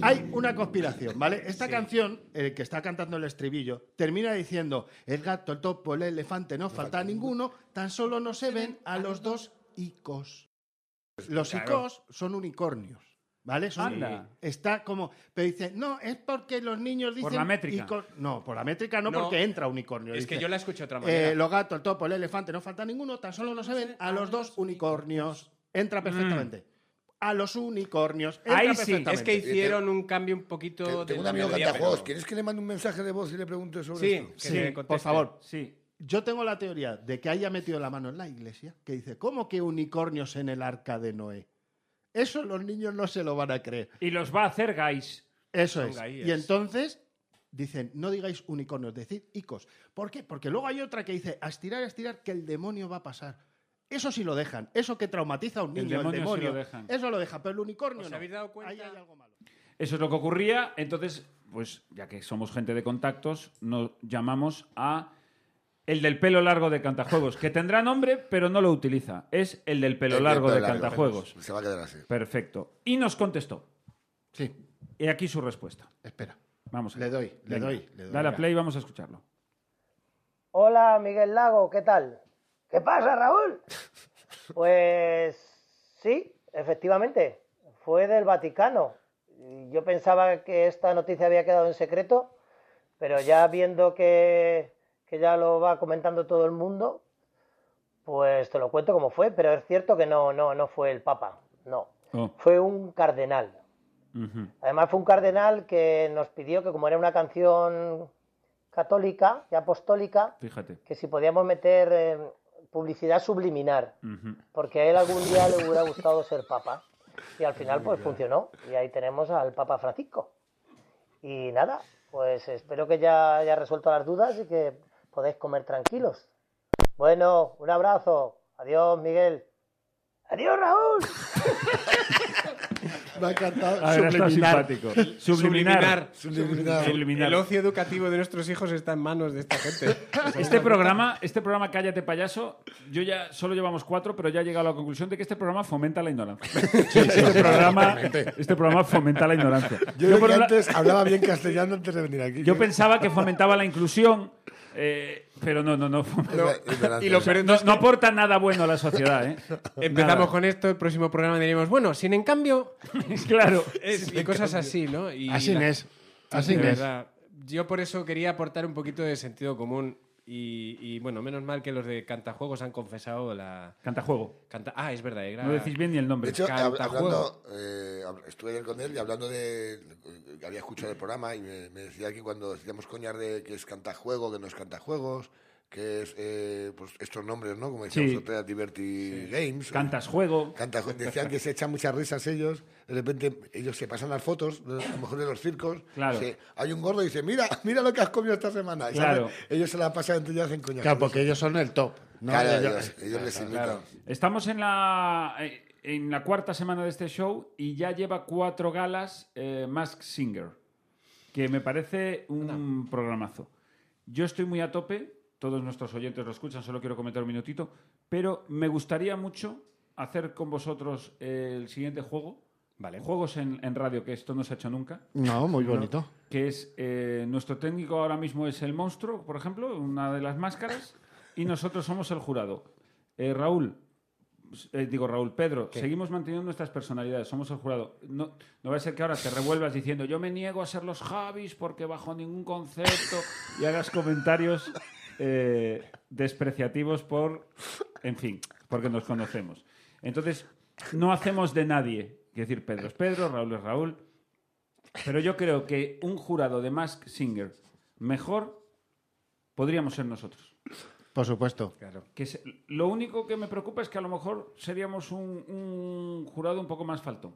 Hay una conspiración, ¿vale? Esta canción, el que está cantando el estribillo, termina diciendo: El gato, el topo, el elefante, no falta ninguno, tan solo no se ven a los dos icos. Los icos son unicornios, ¿vale? Son-
Anda.
Está como. Pero dice: No, es porque los niños dicen.
la métrica.
icos". No, por la métrica no,
No.
porque entra unicornio.
Es que
dice,
yo la escucho de otra
eh,
manera.
los gatos, el topo, el elefante, no falta ninguno, tan solo no se ven a los dos unicornios. Entra perfectamente. A los unicornios. Entra
Ahí sí,
perfectamente.
Es que hicieron un cambio un poquito
Tengo
de
un amigo que
melodía,
canta juegos.
pero-
¿Quieres que le mande un mensaje de voz y le pregunte sobre
Sí,
esto?
que
Sí,
me
por
conteste.
favor.
Sí.
Yo tengo la teoría de que haya metido la mano en la iglesia, que dice, ¿cómo que unicornios en el arca de Noé? Eso los niños no se lo van a creer.
Y los va a hacer guys.
Eso
Son
es.
gaíes.
Y entonces dicen, no digáis unicornios, decid icos. ¿Por qué? Porque luego hay otra que dice, a estirar, a estirar, que el demonio va a pasar. Eso sí lo dejan. Eso que traumatiza a un
El
niño, el demonio.
demonio sí lo dejan.
Eso lo dejan, pero el unicornio
¿Os
no.
habéis dado cuenta?
Ahí hay algo malo.
Eso es lo que ocurría. Entonces, pues ya que somos gente de contactos, nos llamamos a el del pelo largo de Cantajuegos, que tendrá nombre, pero no lo utiliza. Es el del pelo
El
largo
pelo
de Cantajuegos.
Se va a quedar así.
Perfecto. Y nos contestó.
Sí,
He aquí su respuesta.
espera.
Vamos.
Le
allá.
doy, le
Venga.
doy, le doy.
Dale a
Venga.
play y vamos a escucharlo.
Hola, Miguel Lago, ¿qué tal? ¿Qué pasa, Raúl? Pues sí, efectivamente, fue del Vaticano. Y Yo pensaba que esta noticia había quedado en secreto, pero ya viendo que, que ya lo va comentando todo el mundo, pues te lo cuento como fue, pero es cierto que no, no, no fue el Papa, no,
Oh.
fue un cardenal.
Ujú.
Además fue un cardenal que nos pidió que como era una canción católica y apostólica,
Fíjate.
que si podíamos meter eh, publicidad subliminar,
Ujú.
porque a él algún día le hubiera gustado ser papa. Y al final pues funcionó. Y ahí tenemos al Papa Francisco. Y nada, pues espero que ya haya resuelto las dudas y que podáis comer tranquilos. Bueno, un abrazo. Adiós, Miguel. Adiós, Raúl.
Me ha encantado.
A ver, ha estado
[laughs] Subliminar.
Ah,
[laughs]
simpático. Subliminar.
Subliminar.
Subliminar.
El ocio educativo de nuestros hijos está en manos de esta gente.
Este programa, este programa Cállate Payaso, yo ya solo llevamos cuatro, pero ya he llegado a la conclusión de que este programa fomenta la ignorancia. este, programa, este programa fomenta la ignorancia.
Yo,
Yo
creo
por
que
un la-
antes hablaba bien castellano antes de venir aquí.
yo pensaba que fomentaba la inclusión, eh, pero no, no, no. fomenta-
y lo peor
No,
es
no aporta nada bueno a la sociedad,
[laughs]
¿eh?
que empezamos
Nada.
con esto, el próximo programa diremos, bueno, sin en cambio,
Claro.
Eh,
es- y cosas así, ¿no? Y
Así
la-
es. Así
de
es.
verdad. Yo por eso quería aportar un poquito de sentido común. Y, y, bueno, menos mal que los de Cantajuegos han confesado la.
Cantajuego.
Canta... Ah, es verdad, era-
No decís bien ni el
De
nombre.
hecho, hab-
Cantajuego.
hablando, eh, hab- estuve ayer con él y hablando de. que Había escuchado el programa y me, me decía que cuando decíamos coñar de que es cantajuego, que no es cantajuegos, que es. eh, pues estos nombres, ¿no? Como decíamos
Sí.
otra Diverty Games.
Cantas juego.
Canta- decían que se echan muchas risas ellos, de repente ellos se pasan las fotos, de- a lo mejor de los circos.
Claro.
se- hay un gordo y dice, mira, mira lo que has comido esta semana. Y
Claro.
saben, Ellos se la pasan entre ellos hacen coñas.
Claro, porque ellos son el top. ¿no?
Claro,
Ellos-
ellos, ellos les imitan.
Estamos en la, eh, en la cuarta semana de este show y ya lleva cuatro galas eh, Mask Singer, que me parece un programazo. Yo estoy muy a tope, todos nuestros oyentes lo escuchan, solo quiero comentar un minutito, pero me gustaría mucho hacer con vosotros eh, el siguiente juego.
Vale.
Juegos en, en radio, que esto no se ha hecho nunca.
No, muy bonito.
Que es, eh, nuestro técnico ahora mismo es el monstruo, por ejemplo, una de las máscaras, y nosotros somos el jurado. Eh, Raúl, eh, digo Raúl, Pedro, seguimos manteniendo nuestras personalidades, somos el jurado. No, no va a ser que ahora te revuelvas diciendo yo me niego a ser los Javis porque bajo ningún concepto y hagas comentarios eh, despreciativos por, en fin, porque nos conocemos. Entonces, no hacemos de nadie. Quiero decir, Pedro es Pedro, Raúl es Raúl. Pero yo creo que un jurado de Mask Singer mejor podríamos ser nosotros.
Por supuesto.
Que se- lo único que me preocupa es que a lo mejor seríamos un, un jurado un poco más faltón.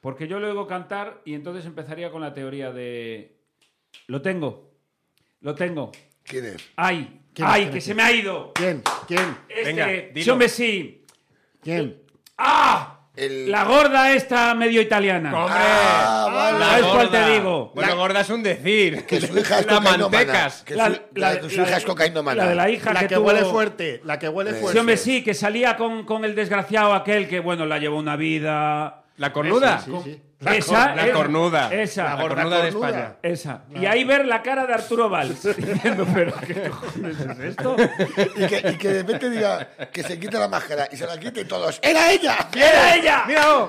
Porque yo lo oigo cantar y entonces empezaría con la teoría de... Lo tengo, lo tengo.
¿Quién es?
¡Ay!
¿Quién
¡Ay,
es?
que se me ha ido!
¿Quién? ¿Quién?
Este,
Venga,
sí,
dilo.
hombre, sí.
¿Quién?
¡Ah!
El-
La gorda esta medio italiana.
¡Hombre!
Ah, vale.
¿Sabes cuál te digo?
Bueno, gorda es un decir.
[laughs] Que su hija es
la
cocainómana.
mantecas.
Que su, la de su hija es cocainómana.
La de la hija
La que
tuvo-
huele fuerte. La que huele
Sí,
Sí,
fuerte.
hombre, sí, que salía con, con el desgraciado aquel que, bueno, la llevó una vida.
La cornuda.
Sí, sí.
La esa,
La
es-
cornuda.
Esa.
La
gorda
cornuda de
cornuda.
España.
Esa. Y ahí ver la cara de Arturo Valls. [laughs] diciendo, pero ¿qué cojones es [laughs] esto?
Y que, y que de repente diga que se quita la máscara y se la quite y todos. ¡Era ella!
¡Era ella!
¡Míralo!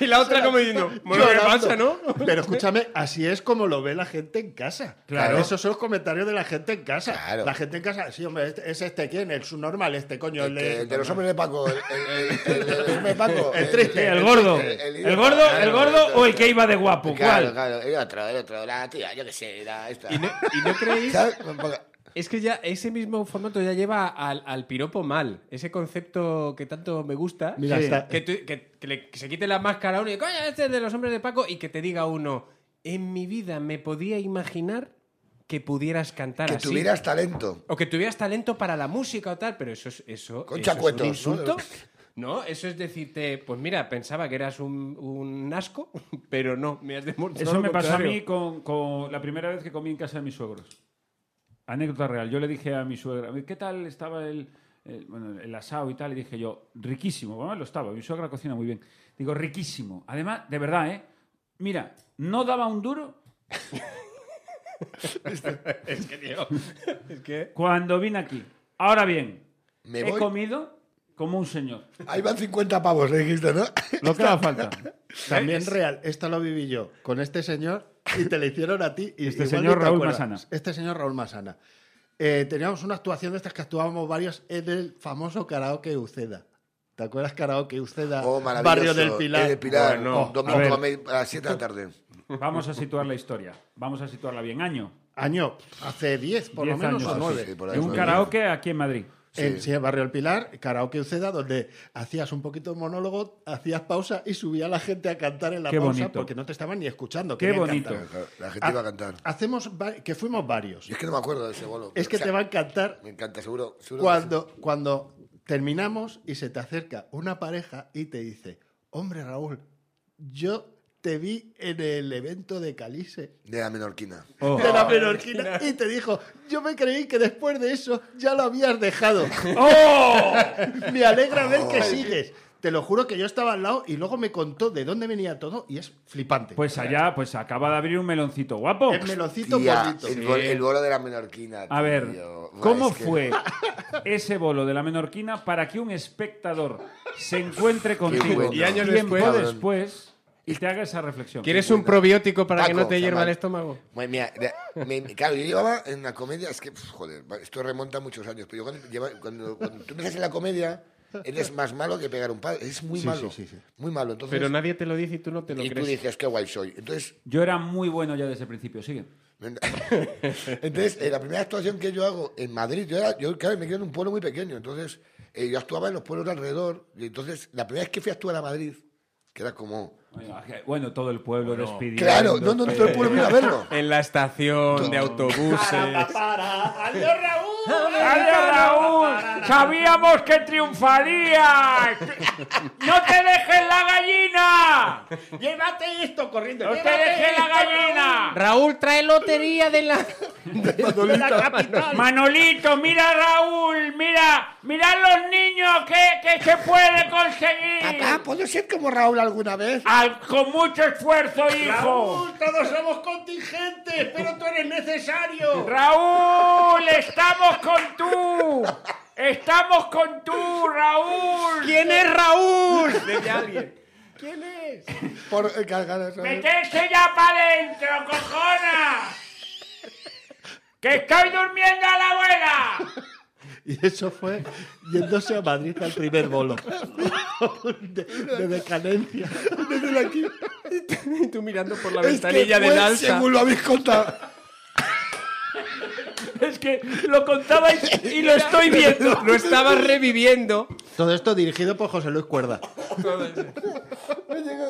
y la otra como diciendo, bueno, ¿qué
Llorando.
pasa, no?
[laughs] Pero escúchame, así es como lo ve la gente en casa.
Claro.
Esos son los comentarios de la gente en casa.
Claro.
La gente en casa, sí, hombre, este- es este quién, el subnormal, este coño.
El,
El,
que- el de los
normal.
hombres de Paco. El, el- el- el de los hombres de Paco.
El triste.
Sí, el gordo.
El- el-
¿El gordo, el gordo o el que iba de guapo?
Claro,
¿Cuál?
claro. El otro, el otro. La tía, yo qué sé. La, esta.
Y no, y no creéis.
¿Sabes? Porque-
Es que ya ese mismo formato ya lleva al, al piropo mal. Ese concepto que tanto me gusta.
Mira,
Sí.
está-
que, tú- que- que le- que se quite la máscara a uno y coño, este es de los hombres de Paco. Y que te diga uno, en mi vida me podía imaginar que pudieras cantar
Que
así.
tuvieras talento.
O que tuvieras talento para la música o tal, pero eso es eso.
Concha
eso
Cuetos, ¿no?
es un
[laughs]
insulto. ¿no? eso es decirte, pues mira, pensaba que eras un, un asco, [laughs] pero no, me has
Pues
demostrado.
Eso
lo
me pasó a
contrario.
mí con, con la primera vez que comí en casa de mis suegros. Anécdota real. Yo le dije a mi suegra, ¿qué tal estaba el, el- bueno, el asado y tal? Y dije yo, riquísimo. Bueno, lo estaba. Mi suegra cocina muy bien. Digo, riquísimo. Además, de verdad, ¿eh? Mira, no daba un
[laughs]
duro.
Es que, tío, es que.
Cuando vine aquí. Ahora bien,
Me
he
voy.
comido como un señor.
Ahí van 50 pavos, le dijiste, ¿no?
Lo que haga falta.
[laughs]
También real, esta lo viví yo con este señor y te la hicieron a ti. Y
Este
igual ni
señor
te
Raúl
acuerdas.
Masana.
Este señor Raúl Masana. Eh, teníamos una actuación de estas que actuábamos varios en el famoso karaoke Uceda. ¿Te acuerdas karaoke Uceda?
Oh, maravilloso.
Barrio del Pilar.
El de Pilar,
Bueno,
a ver.
domingo a, me- a las 7 de la tarde.
Vamos a situar la historia. Vamos a situarla bien. Año.
Año, hace 10 por lo
10
menos
años.
o
Ah, sí,
9.
sí, por ahí,
De un
por ahí.
karaoke aquí en
[laughs]
Madrid.
En sí, en Barrio del Pilar, Karaoke Uceda, donde hacías un poquito de monólogo, hacías pausa y subía la gente a cantar en la
Qué
pausa
bonito.
porque no te estaban ni escuchando.
Qué
querían
bonito.
cantar.
La gente iba a cantar.
Hacemos va- que fuimos varios.
Yo es que no me acuerdo de ese bolo.
Es que
O sea,
te va a encantar
Me encanta, seguro. seguro que
cuando, cuando terminamos y se te acerca una pareja y te dice, hombre, Raúl, yo te vi en el evento de Calice.
De la menorquina.
Oh.
De la menorquina. Y te dijo, yo me creí que después de eso ya lo
[laughs]
habías dejado.
Oh.
[laughs]
[laughs] Me alegra ver que sigues. Te lo juro que yo estaba al lado y luego me contó de dónde venía todo y es flipante. Eh,
Pues allá, pues acaba de abrir un meloncito guapo.
Es melocito
Tía,
bonito.
el, bol- el bolo de la menorquina.
A ver,
tío. Buah,
¿cómo
es que- [laughs]
fue ese bolo de la menorquina para que un espectador se encuentre contigo
bueno. Y
años
tiempo
después.
después y te haga esa reflexión?
¿Quieres un probiótico para que
Paco,
no te hierva
chaval.
el estómago?
Bueno, mira, de- me- me- claro, yo llevaba en la comedia, es que, pf, joder, va, esto remonta a muchos años, pero yo cuando, lleva- cuando- cuando tú empiezas en la comedia, eres más malo que pegar un palo, es muy
Sí,
malo,
sí, sí, sí.
muy malo. Entonces,
Pero nadie te lo dice y tú no te lo
y tú
crees.
dices, qué guay soy. Entonces,
Yo era muy bueno ya desde el principio, sigue.
[laughs] Entonces, eh, la primera actuación que yo hago en Madrid, yo, era- yo, claro, me quedé en un pueblo muy pequeño, entonces eh, yo actuaba en los pueblos de alrededor, y entonces la primera vez que fui a actuar a Madrid, que era como...
Bueno, que- Bueno, todo el pueblo despidiendo.
Claro, no, no, no, todo el pueblo me iba a verlo.
En la estación de autobuses.
¡Adiós, Raúl! ¡Sabíamos que triunfarías! ¡No te dejes la gallina!
[laughs] Llévate esto corriendo.
¡No te dejes la gallina!
Raúl trae lotería de la.
Manolito, mira a Raúl, mira, mira a los niños que, que se puede conseguir.
Papá, ¿puedo ser como Raúl alguna vez?
Al- con mucho esfuerzo, hijo.
todos somos [laughs] contingentes, pero tú eres necesario.
Raúl, estamos con tú. Estamos con tú, Raúl.
¿Quién es [laughs] Raúl?
Por eh, cargar eso.
Meterse ya para adentro, cojona. Que estoy durmiendo a la abuela.
Y eso fue yéndose a Madrid al primer bolo. De, de decadencia.
Y tú mirando por la
Es que
ventanilla del
fue
alza.
Según lo habéis contado.
Es que lo contabais y lo estoy
[laughs]
viendo.
Lo estabas reviviendo.
Todo esto dirigido por José Luis Cuerda.
Me llega-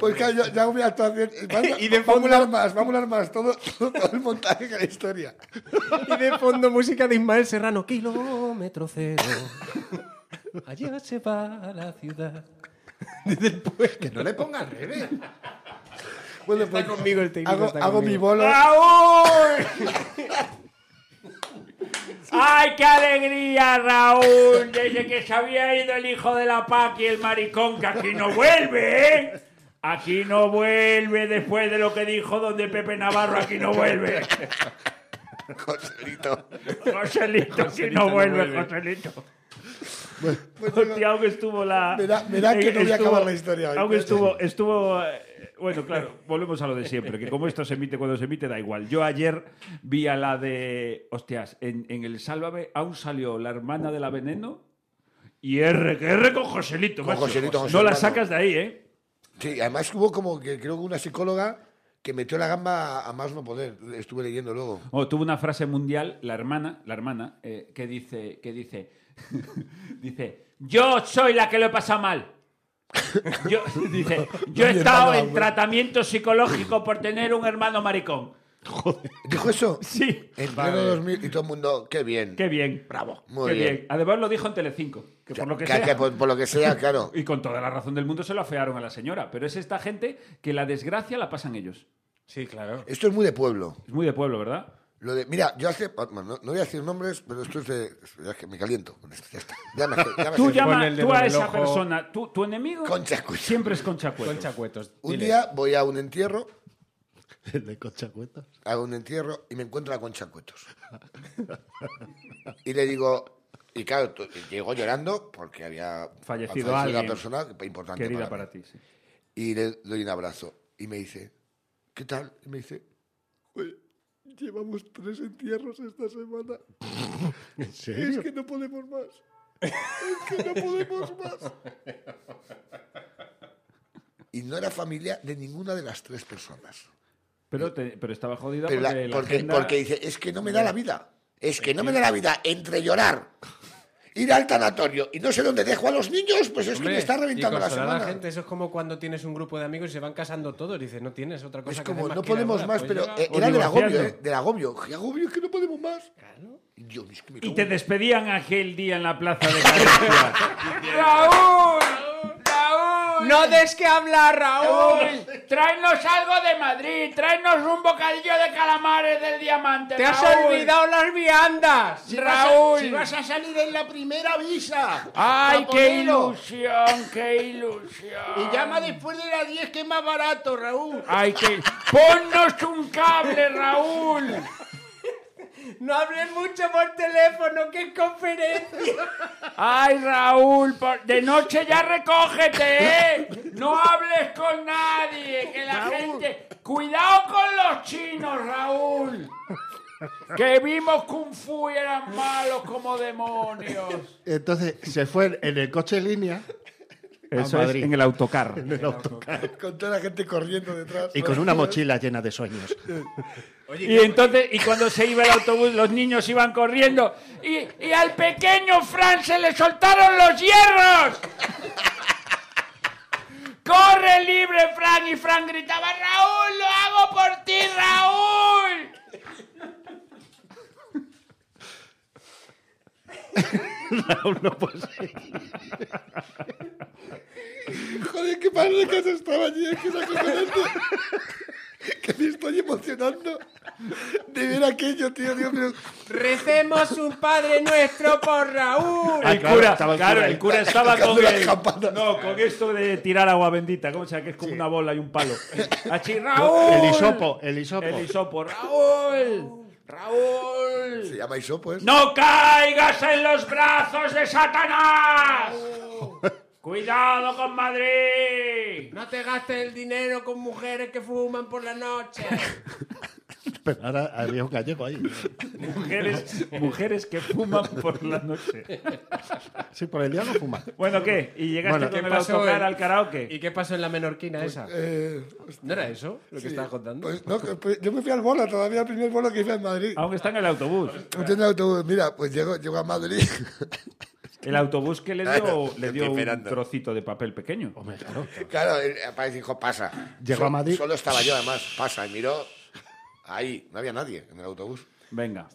Pues claro, yo, ya voy a actuar
[laughs]
bien.
Y de
vamos
fondo-
a hablar más, vamos a hablar más. Todo, todo, todo el montaje de la historia.
Y de fondo música de Ismael Serrano. Kilómetro cero. Allá se va la ciudad. Desde el pueblo.
No le pongas redes. Bueno,
pues,
Está conmigo el técnico.
hago,
está
hago mi
conmigo.
bolo.
Ah, ¡Raúl! ¡Ay, qué alegría, Raúl! Desde que se había ido el hijo de la Paqui, el maricón, que aquí no vuelve, ¿eh? Aquí no vuelve después de lo que dijo donde Pepe Navarro, aquí no vuelve.
Joselito.
[laughs] Joselito, aquí no vuelve, Joselito. Hostia, aunque estuvo la.
Me da- me da que no voy a acabar la historia hoy. ¿eh?
Aunque estuvo. estuvo eh, bueno, claro, volvemos a lo de siempre, que como esto se emite cuando se emite, da igual. Yo ayer vi a la de. Hostias, en, en el Sálvame aún salió la hermana de la Veneno y R, que R con Joselito. macho.
Joselito, con su
no la
hermano.
sacas de ahí, ¿eh?
Sí, además hubo como que creo que una psicóloga que metió la gamba a- a más no poder. Estuve leyendo luego.
Oh, tuvo una frase mundial, la hermana, la hermana, eh, que dice, que dice, [laughs] dice, yo soy la que lo he pasado mal.
[laughs]
Yo, dice, yo he
Mi
estado
hermana,
en
güey.
tratamiento psicológico por tener un hermano maricón.
¿Dijo eso?
Sí,
En pleno 2000 y todo el mundo, qué bien.
qué bien.
Bravo, muy
qué
bien.
Además lo dijo en Telecinco, que por lo que
Que- que
sea...
por- por lo que sea, claro.
[laughs] Y con toda la razón del mundo se lo afearon a la señora. Pero es esta gente que la desgracia la pasan ellos.
Sí, claro.
Esto es muy de pueblo.
Es muy de pueblo, ¿verdad?
Lo de, mira, yo hace. bueno, no, no voy a decir nombres, pero esto es de. Ya es que me caliento. con esto, Ya está. Ya me, ya me-
Tú llama
ya- Pues pone el dedo
tú
en
a
el
esa
ojo.
persona, tú, tu enemigo
Concha Cueto.
siempre es Concha Cueto.
Con chacuetos.
Un
dile.
día voy a un entierro,
El de Concha Cueto.
a un entierro y me encuentro a Concha Cuetos. y le digo. Y claro, tú- llegó llorando porque había
Fallecido alguien
una persona importante.
Querida para
para mí.
ti, sí.
Y le doy un abrazo. Y me dice, ¿qué tal? Y me dice, "Joder, llevamos tres entierros esta semana.
[laughs] ¿En
Es
serio?
que no podemos más. Es que no podemos más.
Y no era familia de ninguna de las tres personas.
Pero, te- pero estaba jodida
Pero la-
porque, la
porque,
agenda-
porque dice, es que no me da la vida. Es que no me da la vida entre llorar, ir al tanatorio y no sé dónde dejo a los niños, pues es que
Hombre,
me está
y
reventando la
consolar a
semana.
gente, eso es como cuando tienes un grupo de amigos y se van casando todos. Dices, no tienes otra cosa
Es
que hacer
como,
más
no
que ir a
podemos
bodas".
más,
Pues
pero
llega-
eh,
o
era del agobio,
divorciando.
eh, del agobio. ¿Qué agobio? Es que no podemos más. Y yo, es que me
Y
cago
te
en- [laughs]
despedían aquel día en la plaza de Galicia. ¡Raúl! ¡Raúl!
No des que hablar, Raúl.
Tráenos algo de Madrid, tráenos un bocadillo de calamares del diamante.
Te has
Raúl.
olvidado las viandas.
Raúl.
a salir en la primera visa.
Ay, qué
Raponero.
ilusión, qué ilusión.
después de las 10 que es más barato, Raúl.
Ay, qué. Ponnos un cable, Raúl.
No hables mucho por teléfono, que es conferencia.
Ay, Raúl, por- de noche ya recógete, ¿eh? No hables con nadie, que la gente... Cuidado con los chinos, Raúl. Que vimos Kung Fu y eran malos como demonios.
Entonces se fue en el coche en línea Eso es, en
el autocar.
en el autocar,
Con toda la gente corriendo detrás.
y con una mochila llena de
[laughs]
sueños.
Y entonces, y cuando se iba el autobús, los niños iban corriendo. Y, y al pequeño Fran se le soltaron los hierros. ¡Corre libre, Fran! Y Fran gritaba, Raúl, lo hago por ti, Raúl.
Joder, qué padre que has estado allí,
eh,
es que es
[laughs]
acojonante. que me estoy emocionando de ver aquello, tío. Dios mío.
Recemos un Padre
[laughs]
Nuestro por Raúl.
Ah,
el
claro,
cura,
estaba el
claro,
cura ahí.
el cura estaba
Tocando
con
las
el-
campanas.
no, con esto de tirar agua bendita, ¿cómo se llama? Que es como una bola y un
[laughs]
palo. Achí, Raúl.
El hisopo, el hisopo.
El hisopo, Raúl. Raúl.
Se llama Isopo, ¿eh?
¡No caigas en los brazos de Satanás! ¡Cuidado con Madrid!
No te gastes el dinero con mujeres que fuman por la noche.
Pero ahora había un gallego ahí.
Mujeres, mujeres que fuman por la noche.
Sí, por el día no fuma.
Bueno, ¿qué? ¿Y llegaste
Bueno,
con el autocar
en-
al karaoke?
¿Y qué pasó en la menorquina
Pues,
esa?
Eh,
¿No era eso lo que estabas contando?
pues, no, que- pues, yo me fui al bolo todavía, el primer bolo que hice en Madrid.
Aún está en el autobús.
No tiene autobús. Mira, pues llego, llego a Madrid.
El autobús que le dio, le
Estoy
dio un
esperando.
trocito de papel pequeño.
[laughs] claro, él aparece y dijo, pasa.
Llegó
Sol-
a Madrid.
Solo estaba yo, además. Pasa. Y miró. Ahí. No había nadie en
[laughs]
el autobús.
Venga.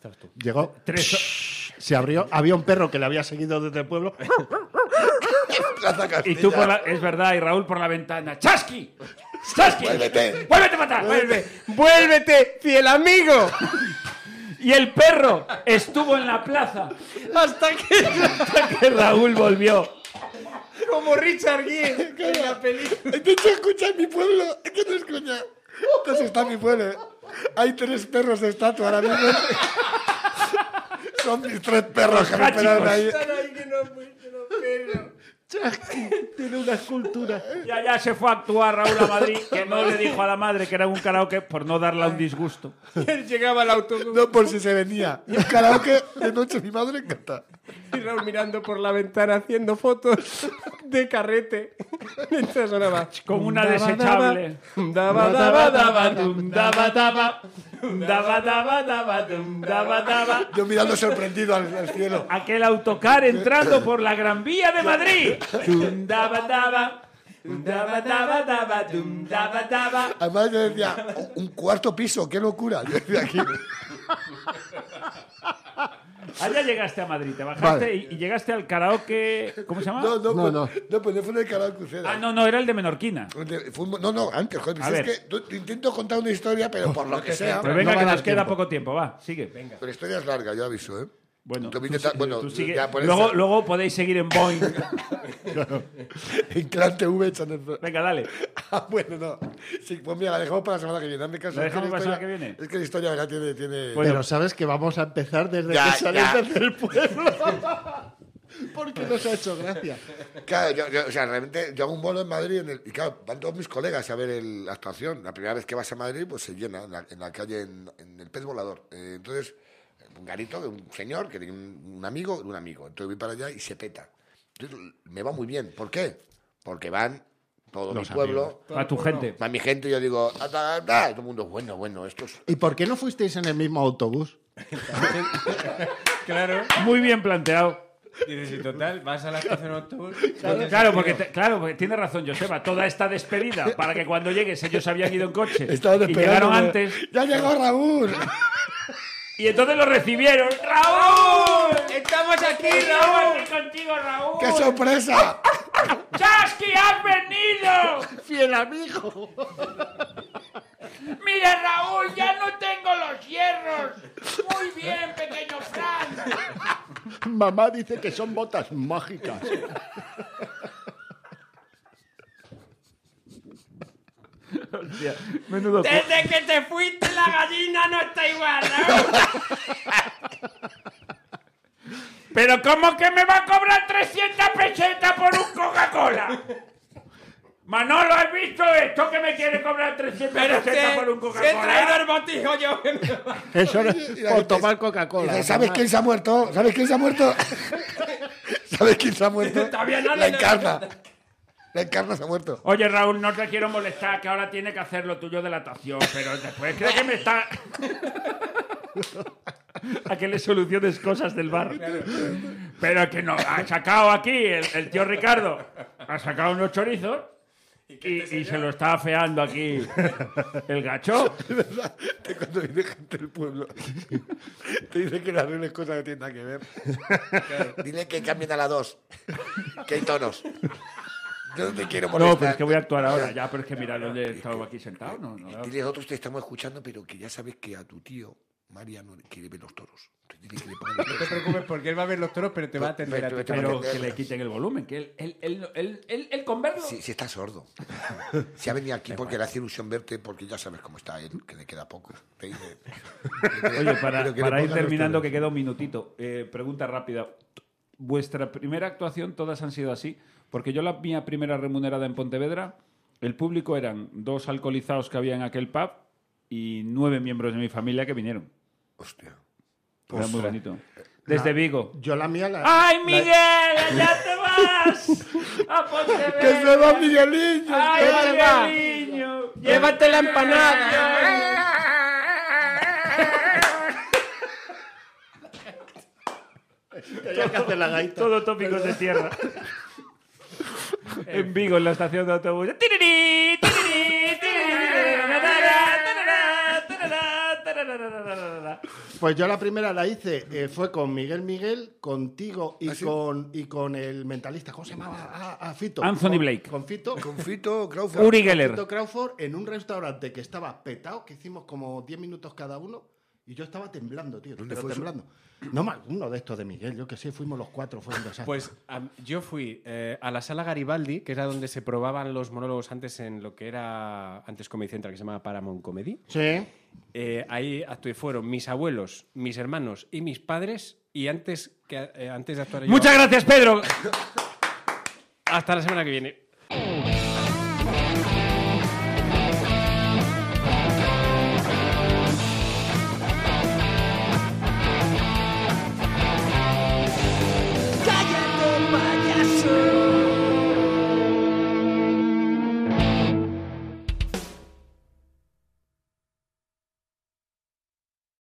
Llegó,
Tres ho-
se abrió, había un perro que le había seguido desde el pueblo.
Plaza
Y
Castilla.
tú, por la- es verdad, y Raúl por la ventana. ¡Chasqui! ¡Chasqui!
Vuélvete.
¡Vuélvete para atrás!
¡Vuelve! ¡Vuélvete, fiel amigo!
Y el perro estuvo en la plaza [laughs]
Hasta que...
hasta que Raúl volvió.
Como Richard
[laughs]
Gere en la película.
Es que no se escucha en mi pueblo. Es que no se escucha. Entonces está mi pueblo. ¿eh? Hay tres perros de estatua ahora
[laughs]
mismo. Son mis tres perros que me esperaron ahí.
Están ahí que no que no puedo.
Tiene una escultura.
Ya, ya se fue a actuar Raúl a Madrid, que no le dijo a la madre que era un karaoke por no darle un disgusto.
Y él Llegaba al autobús
No, por si se venía. Y un karaoke de noche, mi madre encanta.
y Raúl mirando por la ventana haciendo fotos de carrete. Mientras sonaba.
Con una desechable.
Daba, daba, daba, dum, daba, daba.
Daba, daba, daba, dum, daba, daba.
Yo mirando sorprendido al, al cielo.
Aquel autocar entrando por la Gran Vía de Madrid. Dum, daba, daba. Dum, daba, daba, daba, dum, daba, daba.
Además yo decía, "Oh, un cuarto piso, qué locura. Yo decía aquí.
Allá llegaste a Madrid, te bajaste
Vale.
y, y llegaste al karaoke. ¿Cómo se llama?
No, no,
No,
pues,
no.
no. pues no fue en el karaoke. Uceda.
Ah, no, no, era el de Menorquina.
Donde fue un- No, no, antes, joder.
A
si es
ver.
que tú- te intento contar una historia, pero por
[laughs]
lo que sea.
Pues
No
venga,
va a
que
dar
nos queda
tiempo.
poco tiempo, va, sigue. Venga.
Pero la historia es larga, yo aviso, ¿eh?
Bueno,
Tú
tú
intenta-
si-
bueno,
tú sigue.
ya por
luego,
eso.
luego podéis seguir en
[laughs]
Boeing.
[laughs] En Clan TV echan el-
Venga, dale.
[laughs] Ah, bueno, no. Sí, pues mira, la dejamos para la semana que viene. Dame caso.
¿La
es que
dejamos para la
historia-
semana que viene?
Es que la historia, ¿verdad? Tiene. tiene...
Bueno.
Pero sabes que vamos a empezar desde
Ya,
que sales
ya.
desde el pueblo. [laughs] Porque nos ha hecho gracia.
Claro, yo, yo- o sea, realmente yo hago un bolo en Madrid en el- y claro, van todos mis colegas a ver el- la actuación. La primera vez que vas a Madrid, pues se llena en la, en la calle, en, en el pez volador. Eh, entonces, un garito de un señor que tenía un, un amigo, un amigo. Entonces voy para allá y se peta. Entonces, me va muy bien. ¿Por qué? Porque van todo mi pueblo,
A tu gente.
va mi gente, yo digo, "Ah, ta, ta", y todo el mundo, bueno, bueno, esto es...
¿Y por qué no fuisteis en el mismo autobús?
Claro.
Muy bien planteado.
Dices, y total, vas a la estación de autobús.
Claro, porque te- claro, porque tiene razón Joseba. Toda esta despedida para que cuando llegues ellos habían ido en coche
Estaban
y
esperando.
llegaron
¿no?
antes
¡Ya llegó Raúl!
y entonces lo recibieron. Raúl,
¡Estamos aquí,
estamos
Raúl!
aquí contigo, Raúl.
¡Qué sorpresa!
¡Chasqui, has venido!
[laughs] Fiel amigo.
Mira, Raúl, ya no tengo los hierros. Muy bien, pequeño Fran.
Mamá dice que son botas mágicas.
Menudo
Desde que te fuiste la gallina no está igual, Raúl.
¿Pero cómo que me va a cobrar 300 pesetas por un Coca-Cola? Manolo, ¿has visto esto que me quiere cobrar 300
Pero
pesetas
que,
por un
que he traído
Coca-Cola?
el botijo yo. que me-
Eso no es
Y la
por
gente-
tomar Coca-Cola.
Dice, ¿Sabes quién se ha muerto? ¿Sabes quién se ha muerto? [laughs] ¿Sabes quién se ha muerto?
[laughs] Todavía no
la
le-
encarna. La encarna se ha muerto. [laughs]
Oye, Raúl, no te quiero molestar, que ahora tiene que hacer lo tuyo de la actuación, pero después creo que me está... a que le soluciones cosas del bar. Pero que no, ha sacado aquí el, el tío Ricardo, ha sacado unos chorizos y, y se lo está afeando aquí el [laughs] gacho.
Que cuando viene gente del
[laughs]
pueblo, te dice que las arregles cosas que tienen nada que ver.
Dile que cambien a la 2. Que hay tonos. Yo no te quiero molestar.
No, pero es que voy a actuar ahora ya, pero es que mira donde estaba aquí sentado. No, no.
Dile a otros te estamos escuchando, pero que ya sabes que a tu tío, Mariano, quiere ver los toros. Tú dile que le pongan los
No te
toros.
preocupes porque él va a ver los toros, pero te va a atender a ti.
Pero que le quiten el volumen, que él, él, él, él, él- él con verlo.
Si, si está sordo. Si ha venido aquí porque le hace ilusión verte, porque ya sabes cómo está él, que le queda
[laughs]
poco. Te dice-
Oye, Este, para,
Pero que le
para ir
pongan los
terminando,
toros.
que queda un minutito. eh, pregunta rápida. Vuestra primera actuación, todas han sido así, porque yo la mía primera remunerada en Pontevedra, el público eran dos alcoholizados que había en aquel pub y nueve miembros de mi familia que vinieron.
Hostia.
Era muy bonito. Desde Vigo.
Yo la mía la.
¡Ay,
la-
Miguel! ¡Ya te vas! ¡A Pontevedra!
¡Que se va Miguelín!
¡Ay,
niño!
¡Llévate la empanada!
Tenía que hacer la gaita.
Todo tópicos de tierra. en Vigo, en la estación de autobús. Tirirí, tirirí, tirirí, tarará, tarará, tarará, tarará, tarará.
Pues yo la primera la hice, eh, fue con Miguel Miguel, contigo y,
¿Ah, sí?
con, y con el mentalista, ¿cómo se llamaba? Ah, ah, Fito.
Anthony
Con-
Blake.
Con Fito.
Confito, Crawford.
Uri Geller.
Fito Crawford en un restaurante que estaba petado, que hicimos como 10 minutos cada uno, y yo estaba temblando, tío.
¿Dónde
pero
fue eso?
temblando. No más, uno de estos de Miguel, yo que sé, fuimos los cuatro, fue un desastre.
Pues am, yo fui eh, a la sala Garibaldi, que era donde se probaban los monólogos antes en lo que era antes Comedy Central, que se llamaba Paramount Comedy.
Sí.
Eh, ahí actué, fueron mis abuelos, mis hermanos y mis padres. Y antes, que, eh, antes de actuar yo-
Muchas gracias, Pedro.
Hasta la semana que viene.